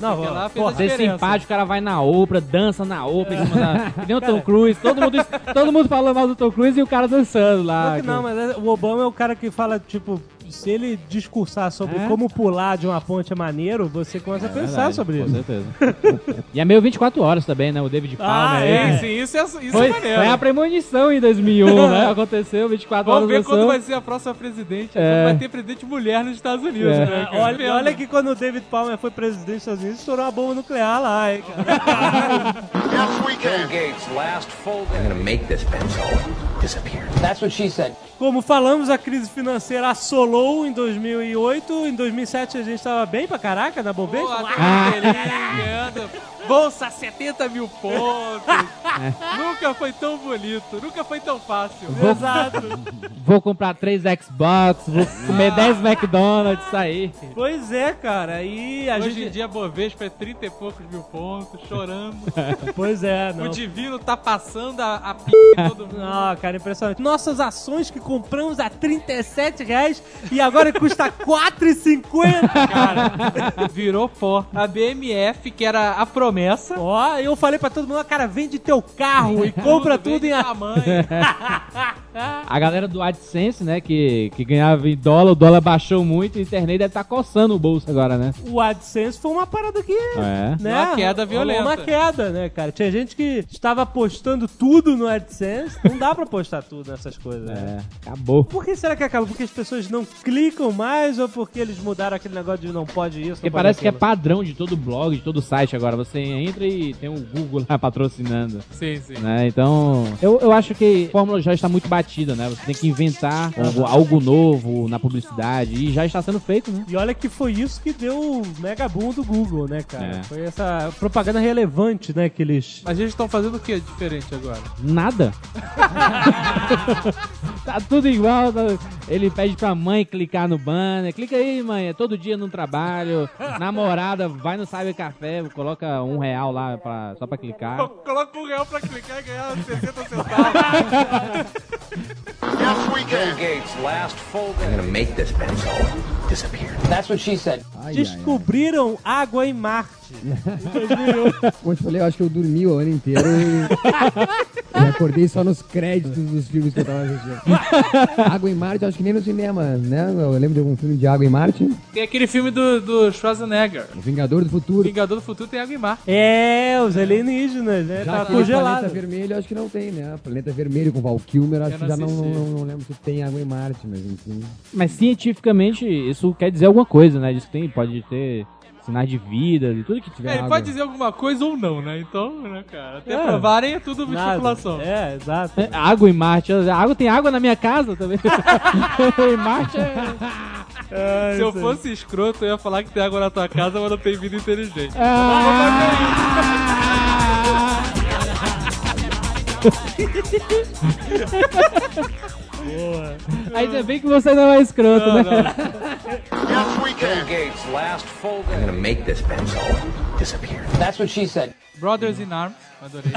Não, sei lá, fez a porra, Ser diferença. simpático, o cara vai na Oprah, dança na Oprah, em cima da... que nem o Tom Cruise, todo mundo, todo mundo falando mal do Tom Cruise e o cara dançando lá. Não, que não, mas é- o Obama é o cara que fala, tipo, se ele discursar sobre É? como pular de uma ponte é maneiro, você começa a pensar Verdade, sobre com isso. certeza. e é meio 24 horas também, né? O David Palmer. Ah, aí, é, né? Sim, sim, isso é, isso Foi, é maneiro. foi a premonição em 2001, né? Aconteceu 24 horas. Vamos ver lançou. quando vai ser a próxima presidente. É. Quando vai ter presidente mulher nos Estados Unidos, É. né? Ah, Olha, olha que quando o David Palmer foi presidente dos Estados Unidos, estourou a bomba nuclear lá, hein, cara. Yes, we Bill can. Gates' last full day. I'm gonna make this pencil disappear. That's what she said. Como falamos, a crise financeira assolou em 2008. Em 2007 a gente estava bem pra caraca na Pô, bobeira. tá ganhando. Bolsa 70 mil pontos. É. Nunca foi tão bonito, nunca foi tão fácil. Vou, Exato. vou comprar 3 Xbox, vou Ah. comer 10 McDonald's, isso aí. Pois é, cara. E a Hoje gente... em dia, Bovespa é 30 e poucos mil pontos, chorando. Pois é, O não. divino tá passando a, a p em todo mundo. Ah, cara, impressionante. Nossas ações que compramos a 37 reais e agora custa R$ 4,50, cara. Virou pó. A BMF, que era a promessa. Ó, eu falei pra todo mundo, cara, vende teu carro e compra tudo em... em a- tamanho. A galera do AdSense, né, que, que ganhava em dólar, o dólar baixou muito, a internet deve estar coçando o bolso agora, né? O AdSense foi uma parada que... É. Né? Uma queda rolou violenta. Uma queda, né, cara? Tinha gente que estava postando tudo no AdSense. Não dá pra postar tudo nessas coisas, né? É, acabou. Por que será que acabou? Porque as pessoas não clicam mais ou porque eles mudaram aquele negócio de não pode isso? Porque não pode parece que é aquilo? padrão de todo blog, de todo site agora. Você entra e tem o Google lá patrocinando. Sim, sim. né? Então, eu, eu acho que a fórmula já está muito batida, né? Você tem que inventar algo, algo novo na publicidade e já está sendo feito, né? E olha que foi isso que deu o mega boom do Google, né, cara? É. Foi essa propaganda relevante, né, que eles... Mas eles estão fazendo o que diferente agora? Nada. tá tudo igual. tá- Ele pede pra mãe clicar no banner. Clica aí, mãe. É todo dia no trabalho. Namorada, vai no Cyber Café, coloca um real lá pra, só pra clicar. Coloca um real pra clicar e ganhar 60 centavos. Yes, we can. Bill Gates' last full day. I'm gonna make this pencil disappear. That's what she said. Ai, Descobriram água em Marte. ai, ai. Como eu te falei, eu acho que eu dormi o ano inteiro e... eu acordei só nos créditos dos filmes que eu tava assistindo. Água em Marte, eu acho que nem no cinema, né? Eu lembro de algum filme de Água em Marte. Tem aquele filme do, do Schwarzenegger. O Vingador do O Futuro. Vingador do Futuro tem água em mar. É, os alienígenas, né? Já Tá tem o Planeta congelado. Vermelho, eu acho que não tem, né? Planeta Vermelho com Val Kilmer, eu acho Eu que não já não, assim, assisti. não, não lembro se tem Água em Marte, mas enfim... Mas cientificamente isso quer dizer alguma coisa, né? Diz que tem, pode ter sinais de vida, de tudo que tiver. É, ele água. pode dizer alguma coisa ou não, né? Então, né, cara? Até É. provarem é tudo Nada. especulação. É, exato. É, Água em Marte. A Água tem água na minha casa também. em Marte é. É, Se eu isso aí. fosse escroto, eu ia falar que tem água na tua casa, mas não tem vida inteligente. Ainda bem que você não é escroto, né? Yes, we Bill can. Gates' last full day. I'm gonna make this pencil disappear. That's what she said. Brothers in Arms, adorei.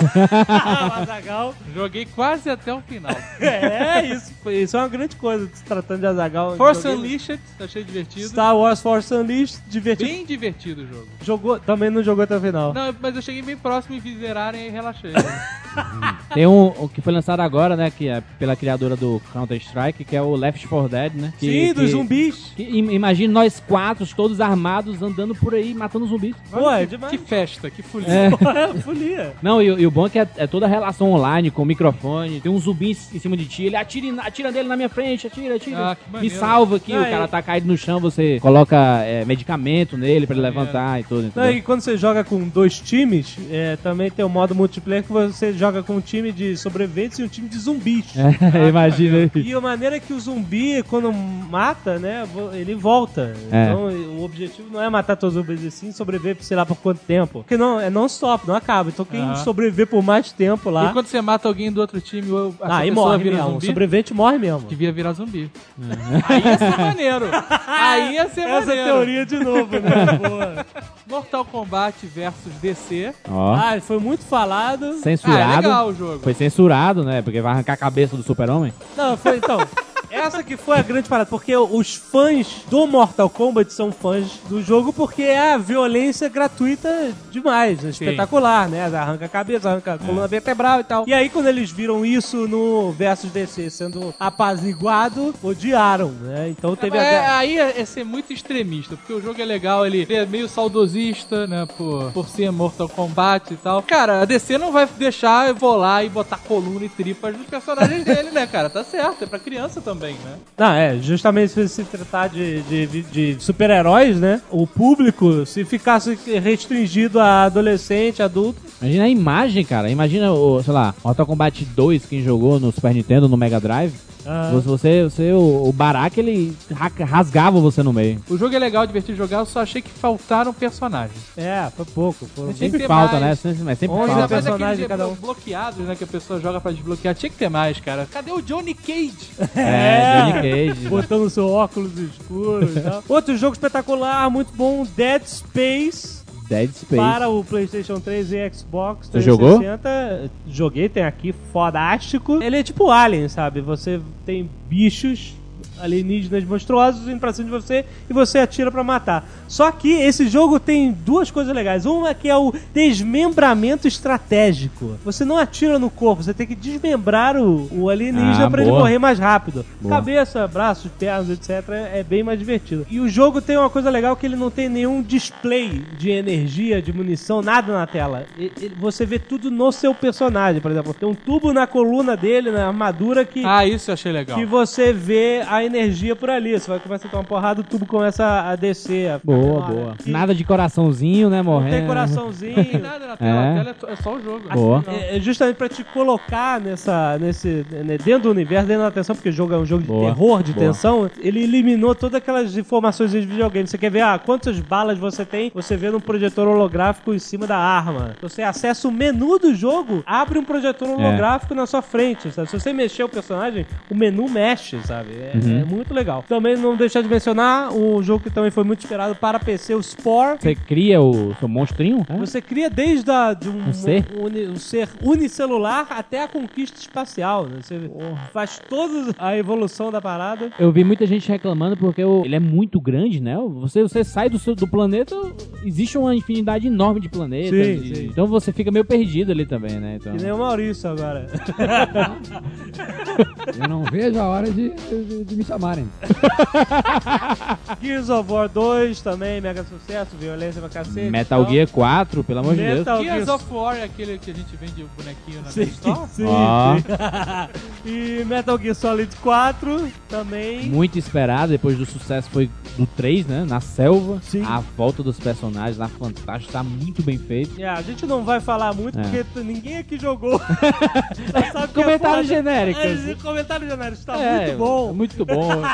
Ah, Azagal. Joguei quase até o final. É, isso, foi- isso é uma grande coisa se tratando de Azagal. Force Unleashed, achei divertido. Star Wars Force Unleashed, divertido. Bem divertido o jogo. Jogou, também não jogou até o final. Não, mas eu cheguei bem próximo e me zerarem e relaxei. Tem um o que foi lançado agora, né? Que é pela criadora do Counter-Strike, que é o Left 4 Dead, né? Que, Sim, que- dos zumbis. que im- Imagina nós quatro, todos armados, andando por aí, matando zumbis. Pô, é demais. que festa, que folia. É. Pô, folia. Não, e, o- e o bom é que é, é toda a relação online, com o microfone, tem um zumbi em cima de ti, ele atira, em- atira dele na minha frente, atira, atira, Ah, que me maneiro. salva aqui, Não, o cara e- tá caído no chão, você coloca é, medicamento nele pra ele levantar e tudo, Não, entendeu? e quando você joga com dois times, é, também tem o modo multiplayer que você joga com um time de sobreviventes e um time de zumbis. É, imagina aí. E a maneira que o zumbi, quando mata, né, vo- ele volta. É. Então o objetivo não é matar todos os zumbis e sim sobreviver por sei lá por quanto tempo. Porque não, é não stop, não acaba. Então quem Aham. sobreviver por mais tempo lá. E quando você mata alguém do outro time, ou a Ah, e pessoa morre vira mesmo. O zumbi, sobrevivente morre mesmo. devia virar zumbi. Aí ia ser maneiro. Aí ia ser Essa maneiro. teoria de novo, né? Boa. Mortal Kombat versus DC. Ó, Ah, foi muito falado. censurado. Ah, é legal o jogo. Foi censurado, né? Porque vai arrancar a cabeça do super-homem. Não, foi então. Essa que foi a grande parada, porque os fãs do Mortal Kombat são fãs do jogo porque é a violência gratuita demais, é espetacular, né? Arranca a cabeça, arranca a coluna vertebral e tal. E aí quando eles viram isso no Versus DC sendo apaziguado, odiaram, né? Então teve Mas é- a... aí é, é ser muito extremista, porque o jogo é legal, ele é meio saudosista, né? Por, por ser Mortal Kombat e tal. Cara, a DC não vai deixar eu vou lá e botar coluna e tripas nos personagens dele, né, cara? Tá certo, é pra criança também, né? Não, é, justamente se se tratar de, de- de super-heróis, né? O público, se ficasse restringido a adolescente, adulto, Imagina a imagem, cara. Imagina, o, sei lá, Mortal Kombat 2, quem jogou no Super Nintendo, no Mega Drive. Ah. Você, você, você- o, o Baraka, ele ra- rasgava você no meio. O jogo é legal, divertido de jogar, eu só achei que faltaram personagens. é, foi pouco. Foram Mas tinha que Sempre ter falta, mais. né? Sempre, mas sempre Onde Ainda falta. mais personagem aqueles de- cada um. bloqueados, né? Que a pessoa joga pra desbloquear. Tinha que ter mais, cara. Cadê o Johnny Cage? É, Johnny Cage. botando seu óculos escuro e tal. Outro jogo espetacular, muito bom, Dead Space. Dead Space. Para o PlayStation 3 e Xbox Você jogou? 360. Joguei, tem aqui, fodástico. Ele é tipo Alien, sabe? Você tem bichos alienígenas monstruosos indo pra cima de você e você atira pra matar. Só que esse jogo tem duas coisas legais. Uma que é o desmembramento estratégico. Você não atira no corpo, você tem que desmembrar o, o alienígena Ah, pra ele boa. morrer correr mais rápido. Boa. Cabeça, braços, pernas, etc. É bem mais divertido. E o jogo tem uma coisa legal que ele não tem nenhum display de energia, de munição, nada na tela. E- e você vê tudo no seu personagem, por exemplo. Tem um tubo na coluna dele, na armadura, que Ah, isso eu achei legal. que você vê a energia por ali. Você vai começar a tomar uma porrada, o tubo começa a descer. a- Boa, Olha, boa. que- Nada de coraçãozinho, né? Não Morrendo. tem Não tem coraçãozinho. nada na tela, É. a tela é to- é só o jogo. Boa. É é justamente pra te colocar nessa, nesse, né, dentro do universo, dentro da tensão, porque o jogo é um jogo Boa, de terror, de boa. tensão. Ele eliminou todas aquelas informações de videogame. Você quer ver ah, quantas balas você tem? Você vê num projetor holográfico em cima da arma. Você acessa o menu do jogo, abre um É. projetor holográfico na sua frente. sabe? Se você mexer o personagem, o menu mexe, sabe? É, Uhum. é muito legal. Também não deixar de mencionar o jogo que também foi muito esperado para PC, o Spore. Você cria o seu monstrinho? né? Você cria desde a- de um, Um ser? uni- um ser unicelular até a conquista espacial. Né? Você faz toda a evolução da parada. Eu vi muita gente reclamando porque o- ele é muito grande, né? Você, você sai do, seu, do planeta, existe uma infinidade enorme de planetas. Sim, e- sim. Então você fica meio perdido ali também, né? Então, Que nem o Maurício agora. Eu não vejo a hora de, de- de me chamarem. Gears of War 2 também, mega sucesso, violência pra cacete. Metal Gear 4, pelo amor de Deus. Metal Gears of War é aquele que a gente vende o bonequinho na Sim, Store? sim, Ó. sim. E Metal Gear Solid 4 também. Muito esperado, depois do sucesso foi do 3, né? Na selva. Sim. A volta dos personagens lá, fantástico, tá muito bem feito. É, a gente não vai falar muito É. porque t- ninguém aqui jogou. Só sabe que é Comentários foda. genéricos. É, comentário genérico, está É, muito bom. Muito bom.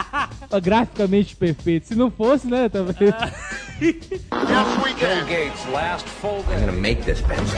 Tá Graficamente perfeito. Se não fosse, né? Talvez. É. Bill Gates' last folded. I'm gonna make this Benzo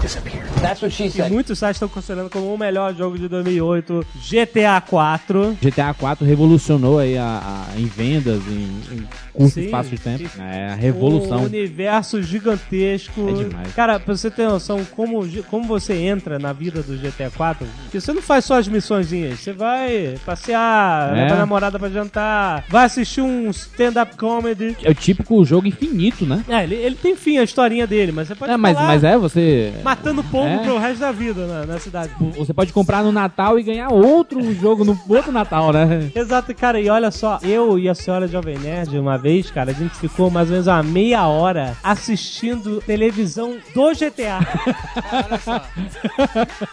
disappear. That's what she E muitos sites estão considerando como o melhor jogo de 2008, GTA 4. GTA 4 revolucionou aí a, a- em vendas, em, em curto Sim, espaço de tempo. sim. É a revolução. Um universo gigantesco. É demais. Cara, pra você ter noção como, como você entra na vida do GTA 4, porque você não faz só as missõezinhas, você vai passear, É. levar a namorada pra jantar, vai assistir um stand-up comedy. É o típico jogo infinito, né? É, ele, ele tem fim, a historinha dele, mas você pode É, mas, ficar lá mas é, você. matando pombo É. pro resto da vida na, na cidade. Você pode comprar no Natal e ganhar outro jogo no outro Natal, né? Exato, cara, e olha só, eu e a senhora Jovem Nerd, uma vez, cara, a gente ficou mais ou menos uma meia hora assistindo televisão do GTA.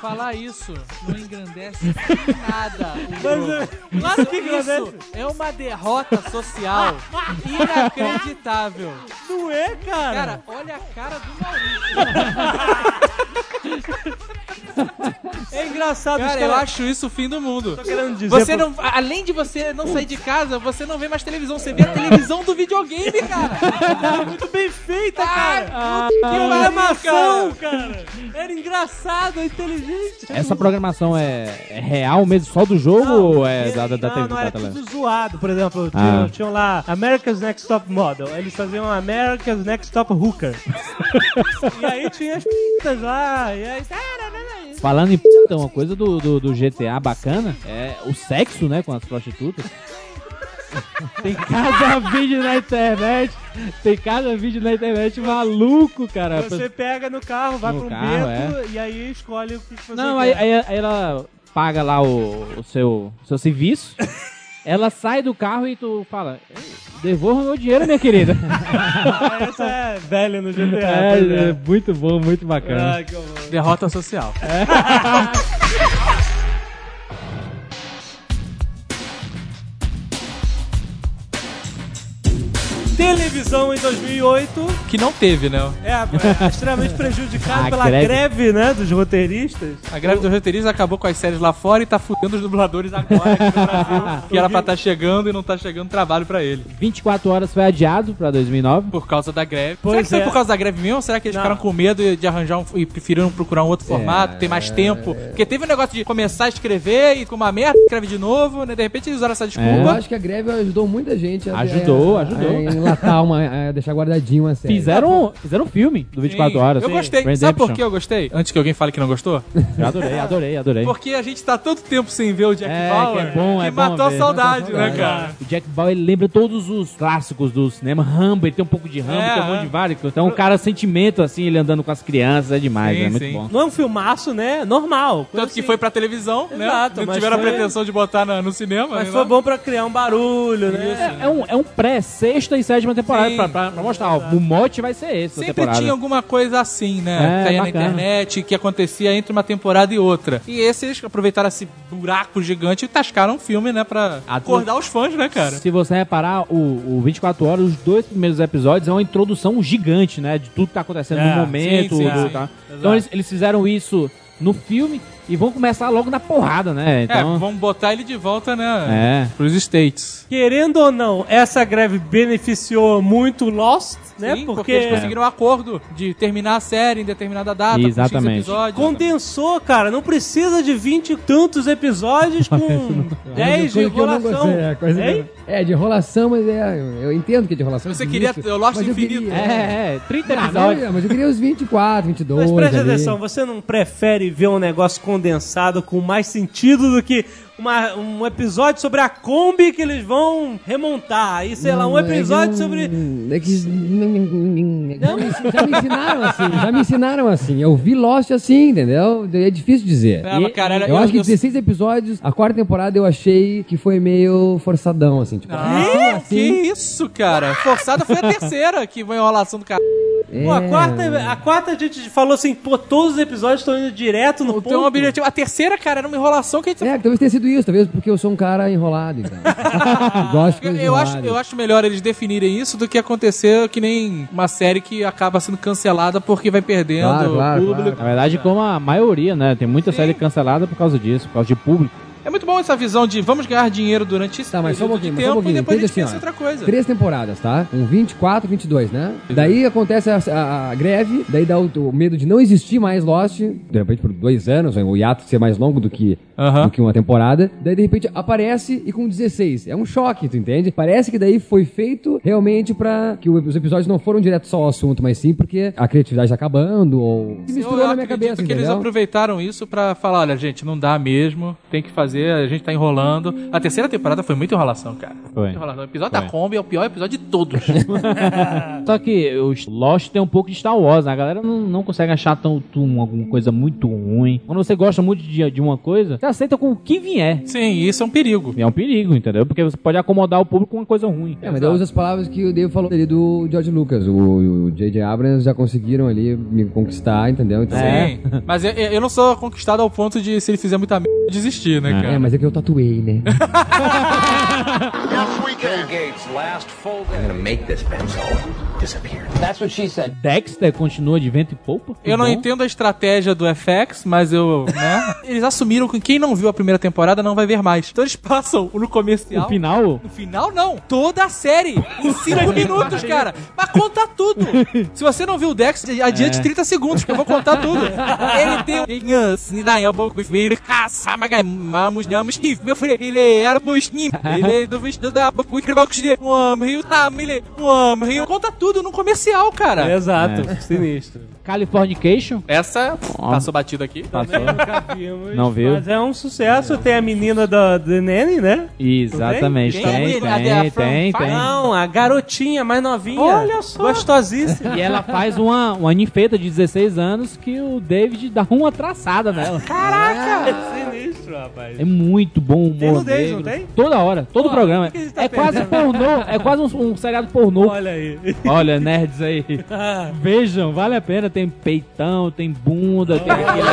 Falar isso não engrandece em nada. o Mas, jogo. é, Claro que que engrandece. isso é uma derrota social inacreditável. Não é, cara? Cara, olha a cara do Maurício. é engraçado, os Cara, eu caras acho isso o fim do mundo. querendo dizer Você pro- não, a- além de você não sair de casa, você não vê mais televisão, você vê a televisão do videogame, cara. muito bem feita, Ah, cara. que Que programação, programação! cara. Era engraçado, inteligente. Essa programação é, é real mesmo, só do jogo ou é da, da, da não, TV? não, da era tele- tudo zoado. Por exemplo, Ah. tinham, tinham lá America's Next Top Model. Eles faziam America's Next Top Hooker. e aí tinha as pintas lá. E aí... Falando em puta, uma coisa do, do, do GTA bacana é o sexo, né, com as prostitutas. Tem cada vídeo na internet, tem cada vídeo na internet maluco, cara. Você pega no carro, vai No pro carro, beco é. e aí escolhe o que que você Não, quer. aí, aí- aí ela paga lá o, o seu, seu serviço. Ela sai do carro e tu fala: devolva meu dinheiro, minha querida. Ah, Essa é velha no GTA. pois é, é. é muito bom, muito bacana. É, Ai, que horror. Derrota social. Televisão em 2008 Que não teve, né? é, é extremamente prejudicada A pela greve. greve. né, dos roteiristas. A greve dos roteiristas acabou com as séries lá fora e tá fudendo os dubladores agora aqui no Brasil. que era pra tá chegando e não tá chegando trabalho pra ele. 24 horas foi adiado pra 2009. Por causa da greve. Pois será que é. foi por causa da greve mesmo? Ou será que eles Não. ficaram com medo de arranjar um, e preferiram procurar um outro É. formato, ter mais tempo? Porque teve um negócio de começar a escrever e com uma merda, escreve de novo, né? De repente eles usaram essa Eu desculpa. acho que a greve ajudou muita gente. A, É. Ajudou, a- a- ajudou. A enlatar uma, a deixar guardadinho uma série. Fizeram, fizeram um filme do 24 Sim. horas. Eu gostei. Sabe por que eu gostei? Antes que alguém fale que não gostou? Eu adorei, adorei, adorei. Porque a gente tá tanto tempo sem ver o Jack É, Bauer que é bom, é bom É. matou a ver. saudade, né, Matou a cara? O Jack Bauer ele lembra todos os clássicos do cinema. Rambo, ele tem um pouco de Rambo, É, tem um monte é. de vários. Então, o cara sentimento, assim, ele andando com as crianças, é demais, Sim, é muito sim. bom. Não é um filmaço, né? Normal. coisa Tanto que assim. foi pra televisão, né? Exato, não mas tiveram foi- a pretensão de botar na- no cinema. Mas né? foi bom pra criar um barulho, né? É, é um, é um pré-sexta e sétima temporada Sim. pra, pra- pra mostrar. ó, o mote vai ser esse. da Sempre temporada. tinha alguma coisa assim, né? É, que caía bacana. na internet, que acontecia entre uma temporada e outra. E esse, eles aproveitaram esse buraco gigante e tascaram um filme, né? Pra acordar os fãs, né, cara? Se você reparar, o, o 24 Horas, os dois primeiros episódios é uma introdução gigante, né? De tudo que tá acontecendo É, no momento. Ah, sim, sim, do- sim. tá? Então eles, eles fizeram isso no filme e vão começar logo na porrada, né? É, Então. vamos botar ele de volta, É. né? Pros States. Querendo ou não, essa greve beneficiou muito o Lost, né? Sim, porque porque eles conseguiram um acordo de terminar a série em determinada data, com Exatamente. X episódios. condensou, cara. Não precisa de vinte e tantos episódios com dez É de Coisa que eu não enrolação. gostei, é, coisa que eu- Hein? é, de enrolação, mas é. Eu eu entendo que é de enrolação. Você de queria início, o Lost mas eu infinito. queria- É, é, 30 Ah, episódios. não, mas eu queria os 24, 22. Mas preste ali. atenção, você não prefere ver um negócio condensado com mais sentido do que uma- um episódio sobre a Kombi que eles vão remontar? E sei lá, um Não, é que episódio não- sobre. É que. Já me, já me ensinaram assim, já me ensinaram assim. Eu vi Lost assim, entendeu? É difícil dizer. Ah, mas, cara, era- eu, eu- acho que eu- 16 episódios, a quarta temporada eu achei que foi meio forçadão, assim. Tipo, Ah, que isso, cara? Forçada foi a terceira, que foi a enrolação do cara. Pô, a, quarta, a quarta a gente falou assim, pô, todos os episódios estão indo direto no Tem um ponto. objetivo. A terceira, cara, era uma enrolação que a gente É, talvez tenha sido isso, talvez porque eu sou um cara enrolado. Então. Gosto de Eu, coisas eu acho, enroladas. eu acho melhor eles definirem isso do que acontecer que nem uma série que acaba sendo cancelada porque vai perdendo Claro, claro, o público. Ah, Na verdade, como a maioria, né? Tem muita série cancelada por causa disso, por causa de público. É muito bom essa visão de vamos ganhar dinheiro durante esse Tá, mas só um período pouquinho, de mas só um tempo e pouquinho. depois a gente Entende pensa assim, em ó. outra coisa. Três temporadas, tá? Um 24, 22, né? Daí acontece a, a- a greve, daí dá o, o medo de não existir mais Lost, de repente por dois anos, né? o hiato ser mais longo do que, Aham. do que uma temporada. Daí de repente aparece e com 16. É um choque, tu entende? Parece que daí foi feito realmente pra que o- os episódios não foram direto só ao assunto, mas sim porque a criatividade tá acabando ou. Se misturou eu na minha acredito que cabeça, entendeu? eles aproveitaram isso pra falar, olha, gente, não dá mesmo, tem que fazer, a gente tá enrolando. A terceira temporada foi muita enrolação, cara. Foi. Muita enrolação. O episódio da Foi. Kombi é o pior episódio de todos. Só que os Lost tem um pouco de Star Wars, né? A galera não, não consegue achar tão tum, alguma coisa muito ruim. Quando você gosta muito de, de uma coisa, você aceita com o que vier. Sim, isso é um perigo. E é um perigo, entendeu? Porque você pode acomodar o público com uma coisa ruim. É, mas eu uso as palavras que o Dave falou ali do George Lucas. O o J.J. Abrams já conseguiram ali me conquistar, entendeu? Então, Sim. Mas eu, eu não sou conquistado ao ponto de, se ele fizer muita merda, desistir, né, cara? É, mas é que eu tatuei, né? Bill Gates' last full day. I'm gonna make this Benzola disappear. Dexter continua de vento e poupa. Eu não entendo a estratégia do FX, mas eu. Né? eles assumiram que quem não viu a primeira temporada não vai ver mais. Então eles passam no comercial. O final. No final, não. Toda a série. Em 5 minutos, cara. Mas conta tudo. Se você não viu o Dex, adiante É. 30 segundos, que eu vou contar tudo. Ele tem assim, né? um. é Ele gostei do vestido da Wickbox de um amo Rio, ah, Miley, um amo Rio. Conta tudo no comercial, É. cara. Exato, sinistro. Californication. Essa passou batida aqui. Passou. Nunca vimos, Não viu? Mas é um sucesso. Tem a menina da The Nanny, né? Exatamente. Quem? Tem, Quem? A- a tem, From tem, Fire? tem. Não, a garotinha mais novinha. Olha só. Gostosíssima. E ela faz uma, uma ninfeta de 16 anos que o David dá uma traçada nela. Caraca! sinistro, rapaz. É muito bom o humor Tem nudez, negro. não tem? Toda hora, todo Pô, programa. o que a gente tá é quase perdendo? pornô, é quase um, um seriado pornô. Olha aí. Olha, nerds aí. Vejam, vale a pena. Tem peitão, tem bunda, tem aquilo.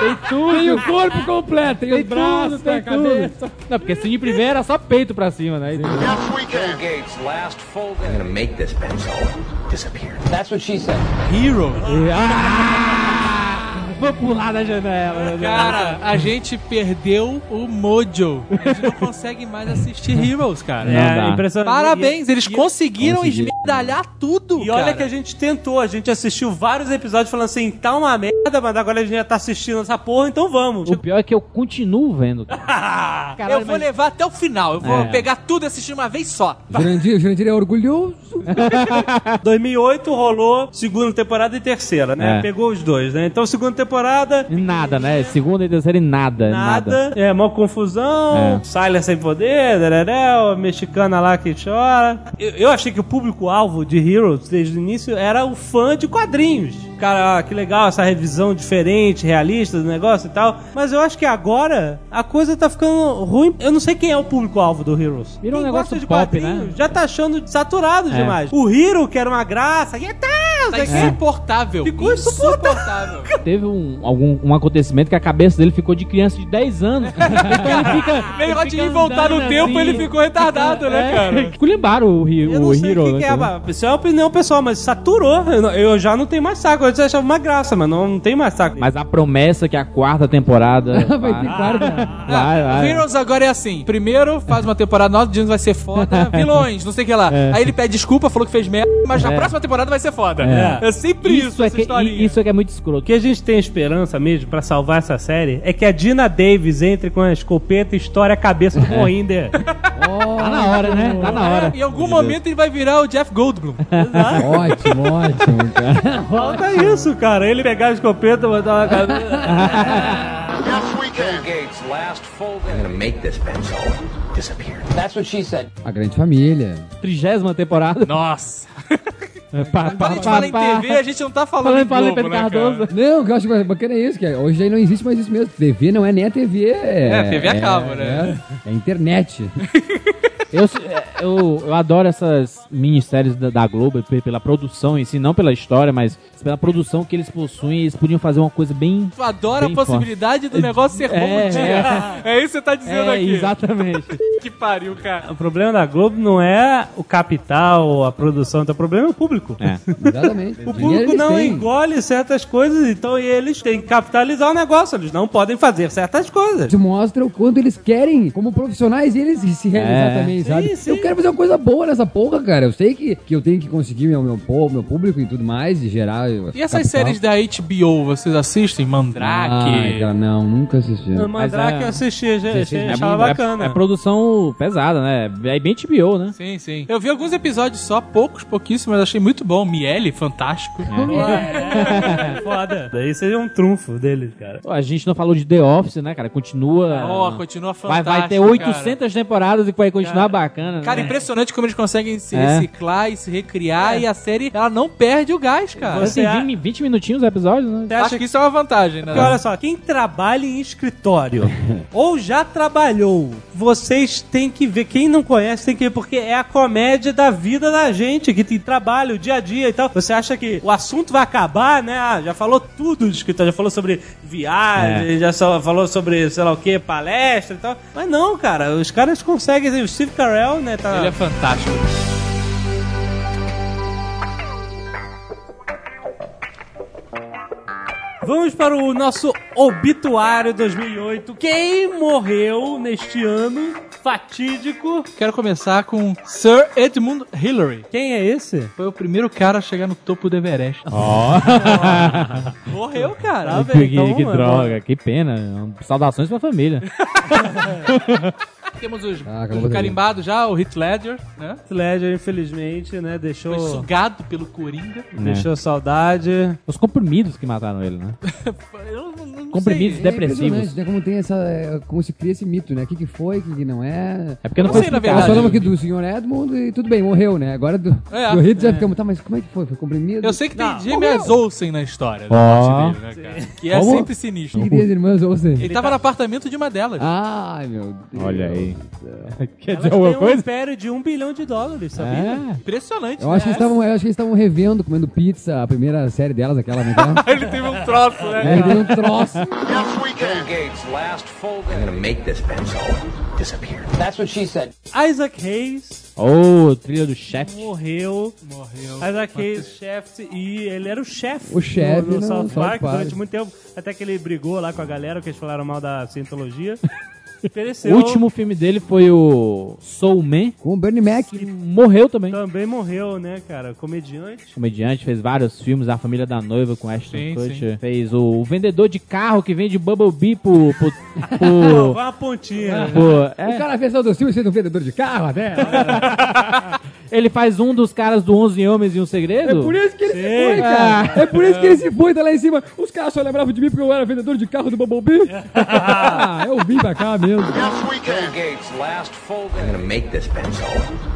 Tem tudo. Tem o corpo completo, tem, Tem os braços, tudo, tem tem a cabeça. tudo. Não, porque Cine Privé era só peito pra cima, né? Yes, we can. Bill Gates' last folded. I'm gonna make this benzo disappear. That's what she said. Hero. E- Ah! Vou pular da janela. meu Deus. Cara, a gente perdeu o mojo. A gente não consegue mais assistir Heroes, cara. Não dá. impressionante. Parabéns, eles É. E- conseguiram Conseguiram. esmedalhar tudo, E olha cara. que a gente tentou, a gente assistiu vários episódios falando assim, tá uma merda, mas agora a gente já tá assistindo essa porra, então vamos. O pior é que eu continuo vendo. cara. Caralho, eu vou mas- levar até o final. Eu vou É. pegar tudo e assistir uma vez só. Jurandir, Jurandir é orgulhoso. 2008 rolou segunda temporada e terceira, né? É. Pegou os dois, né? Então, segunda temporada, Nada, né? Segunda e terceira e nada. Nada. nada. É, mó confusão, É. Silas sem poder, dereré, a mexicana lá que chora. Eu, eu achei que o público-alvo de Heroes, desde o início, era o fã de quadrinhos. Cara, ah, que legal essa revisão diferente, realista do negócio e tal. Mas eu acho que agora a coisa tá ficando ruim. Eu não sei quem é o público-alvo do Heroes. Virou um Quem negócio gosta de pop, né? quadrinhos Já tá achando saturado É. demais. O Hero, que era uma graça, que tá, não Tá sei o quê. insuportável. Ficou insuportável. Teve um, algum, um acontecimento que a cabeça dele ficou de criança de 10 anos. então ele fica. Meio ele de fica ir voltar no andando tempo, assim. ele ficou retardado, né, cara? É, Culimbaram o, Hi- Eu o não sei Hero. o que, que é, né? mas isso é uma opinião pessoal, mas saturou. Eu, não- eu já não tenho mais saco. Antes eu achava uma graça, mas não, não tem mais saco. Mas a promessa é que a quarta temporada. Vai ter guarda. Vai, vai. Ah, Heroes agora é assim. Primeiro faz uma temporada nova, dizendo que vai ser foda. Vilões, não sei o que lá. Aí ele pede desculpa, falou que fez merda, mas na próxima temporada vai ser foda. É. É, sempre isso, Isso é, essa que, historinha. i- isso é que é muito O escroto. que a gente tem esperança mesmo pra salvar essa série é que a Dina Davis entre com a escopeta e estoure a cabeça do Moinder. Tá na hora, né? Tá na hora. É, Em algum momento ele vai virar o Jeff Goldblum. Ótimo, ótimo, cara. Falta isso, cara. Ele pegar a escopeta e botar na cabeça. Yes, we can. Bill Gates' last folded. I'm gonna make this benzo disappear. That's what she said. A grande família. Trigésima temporada. Nossa. É, pá, Quando a gente fala em TV, a gente não tá falando em Falando, falando em Globo, Pedro né, Cardoso. cara? Não, o que eu acho bacana é isso, que hoje aí não existe mais isso mesmo. TV não é nem a TV. É, É, TV a cabo, né? É, é internet. Eu, é, eu, eu adoro essas minisséries da, da Globo pe- pela produção em si, não pela história, mas pela produção que eles possuem, eles podiam fazer uma coisa bem. Tu adora Bem a possibilidade do negócio ser bom É, um dia. É. isso que você tá dizendo É, aqui. exatamente. Que pariu, cara. O problema da Globo não é o capital, a produção, então, o problema é o público. É. Exatamente. O público não engole certas coisas, então eles têm que capitalizar o negócio. Eles não podem fazer certas coisas. Isso mostra o quanto eles querem, como profissionais, eles se realizar É. também, sabe? sim. Eu quero fazer uma coisa boa nessa porra, cara. Eu sei que, que eu tenho que conseguir meu, meu, povo, meu público e tudo mais, e gerar. E essas séries da HBO, vocês assistem? Ai, Ah, Mandrake? cara, não, nunca assisti. No Mandrake é- eu assisti, já- achei- achava é- bacana. é produção pesada, né? É bem TBO, né? sim, sim. Eu vi alguns episódios só, poucos, pouquíssimos, mas achei muito bom. Miele, fantástico. É. É Foda. Daí seja um trunfo deles, cara. A gente não falou de The Office, né, cara? Continua. Ó, continua vai, fantástico. vai ter 800 temporadas e vai continuar bacana. Cara, cara né? impressionante como eles conseguem se É. reciclar e se recriar. E a série, ela não perde o gás, cara. Você Assim, a- 20, 20 minutinhos os episódios, né? Você Acho acha que que. isso é uma vantagem, né? Porque olha só, quem trabalha em escritório ou já trabalhou, vocês têm que ver. Quem não conhece tem que ver, porque é a comédia da vida da gente, que tem trabalho, o dia a dia e tal. Você acha que o assunto vai acabar, né? Ah, já falou tudo de escritório, já falou sobre viagem, já só falou sobre, sei lá o que, palestra e tal. Mas não, cara, os caras conseguem. O Steve Carell, né? Tá... Ele é fantástico. Vamos para o nosso obituário 2008. Quem morreu neste ano fatídico? Quero começar com Sir Edmund Hillary. Quem é esse? Foi o primeiro cara a chegar no topo do Everest. Morreu, cara. Então, Ah, então é que, que droga, que pena. Saudações pra família. Temos os, Ah, acabou os também. carimbados já, o Heath Ledger, né? Ledger, infelizmente, né? Deixou, Foi sugado pelo Coringa. deixou saudade. Os comprimidos que mataram ele, né? Eu não, não Comprimidos sei. depressivos. impressionante, né? Como tem essa. é, Como se cria esse mito, né? O que, que foi, o que, que não é. É porque não Não foi sei, explicado. na Nós verdade. falamos aqui do senhor Edmund e tudo bem, morreu, né? Agora do, É, do Hit já ficamos, tá, mas como é que foi? Foi comprimido? Eu sei que tem Não, James Olsen na história, da Ó. morte dele, né, cara? Que é Como? sempre sinistro. O que que tem as irmãs ou seja? Ele tava no apartamento de uma delas. Ai, meu Deus. Olha aí. Quer Elas dizer têm alguma um coisa? império de um bilhão de dólares, sabia? É. Impressionante, Eu né? acho, que eles estavam, eu acho que eles estavam revendo, comendo pizza, a primeira série delas, aquela, né? Ele teve um troço, né? Aí deu um troço. I'm gonna make this Benzo disappear. That's what she said. Isaac Hayes Ô, trilha do chefe. morreu. Morreu. Isaac Hayes, chefe, e ele era o chefe O chefe do no South South Park Park. durante muito tempo. Até que ele brigou lá com a galera, que eles falaram mal da cientologia. E O Pereceu. último filme dele foi o Soul Man, Com o Bernie Mac. Então, que morreu também. Também morreu, né, cara? Comediante. Comediante, fez vários filmes, A Família da Noiva com Ashton Sim, Kutcher. Fez o, o vendedor de carro que vende Bumblebee pro... pro, Pô, pro, vai uma pontinha. né? pro- O é, cara fez todo o filme sendo um vendedor de carro até. ele faz um dos caras do 11 Homens e um Segredo. É por isso que ele se Sim, foi, cara. É por isso que ele se foi, tá lá em cima. Os caras só lembravam de mim porque eu era vendedor de carro do Bumblebee. ah, eu vim pra cá mesmo. I'm gonna make this Benzo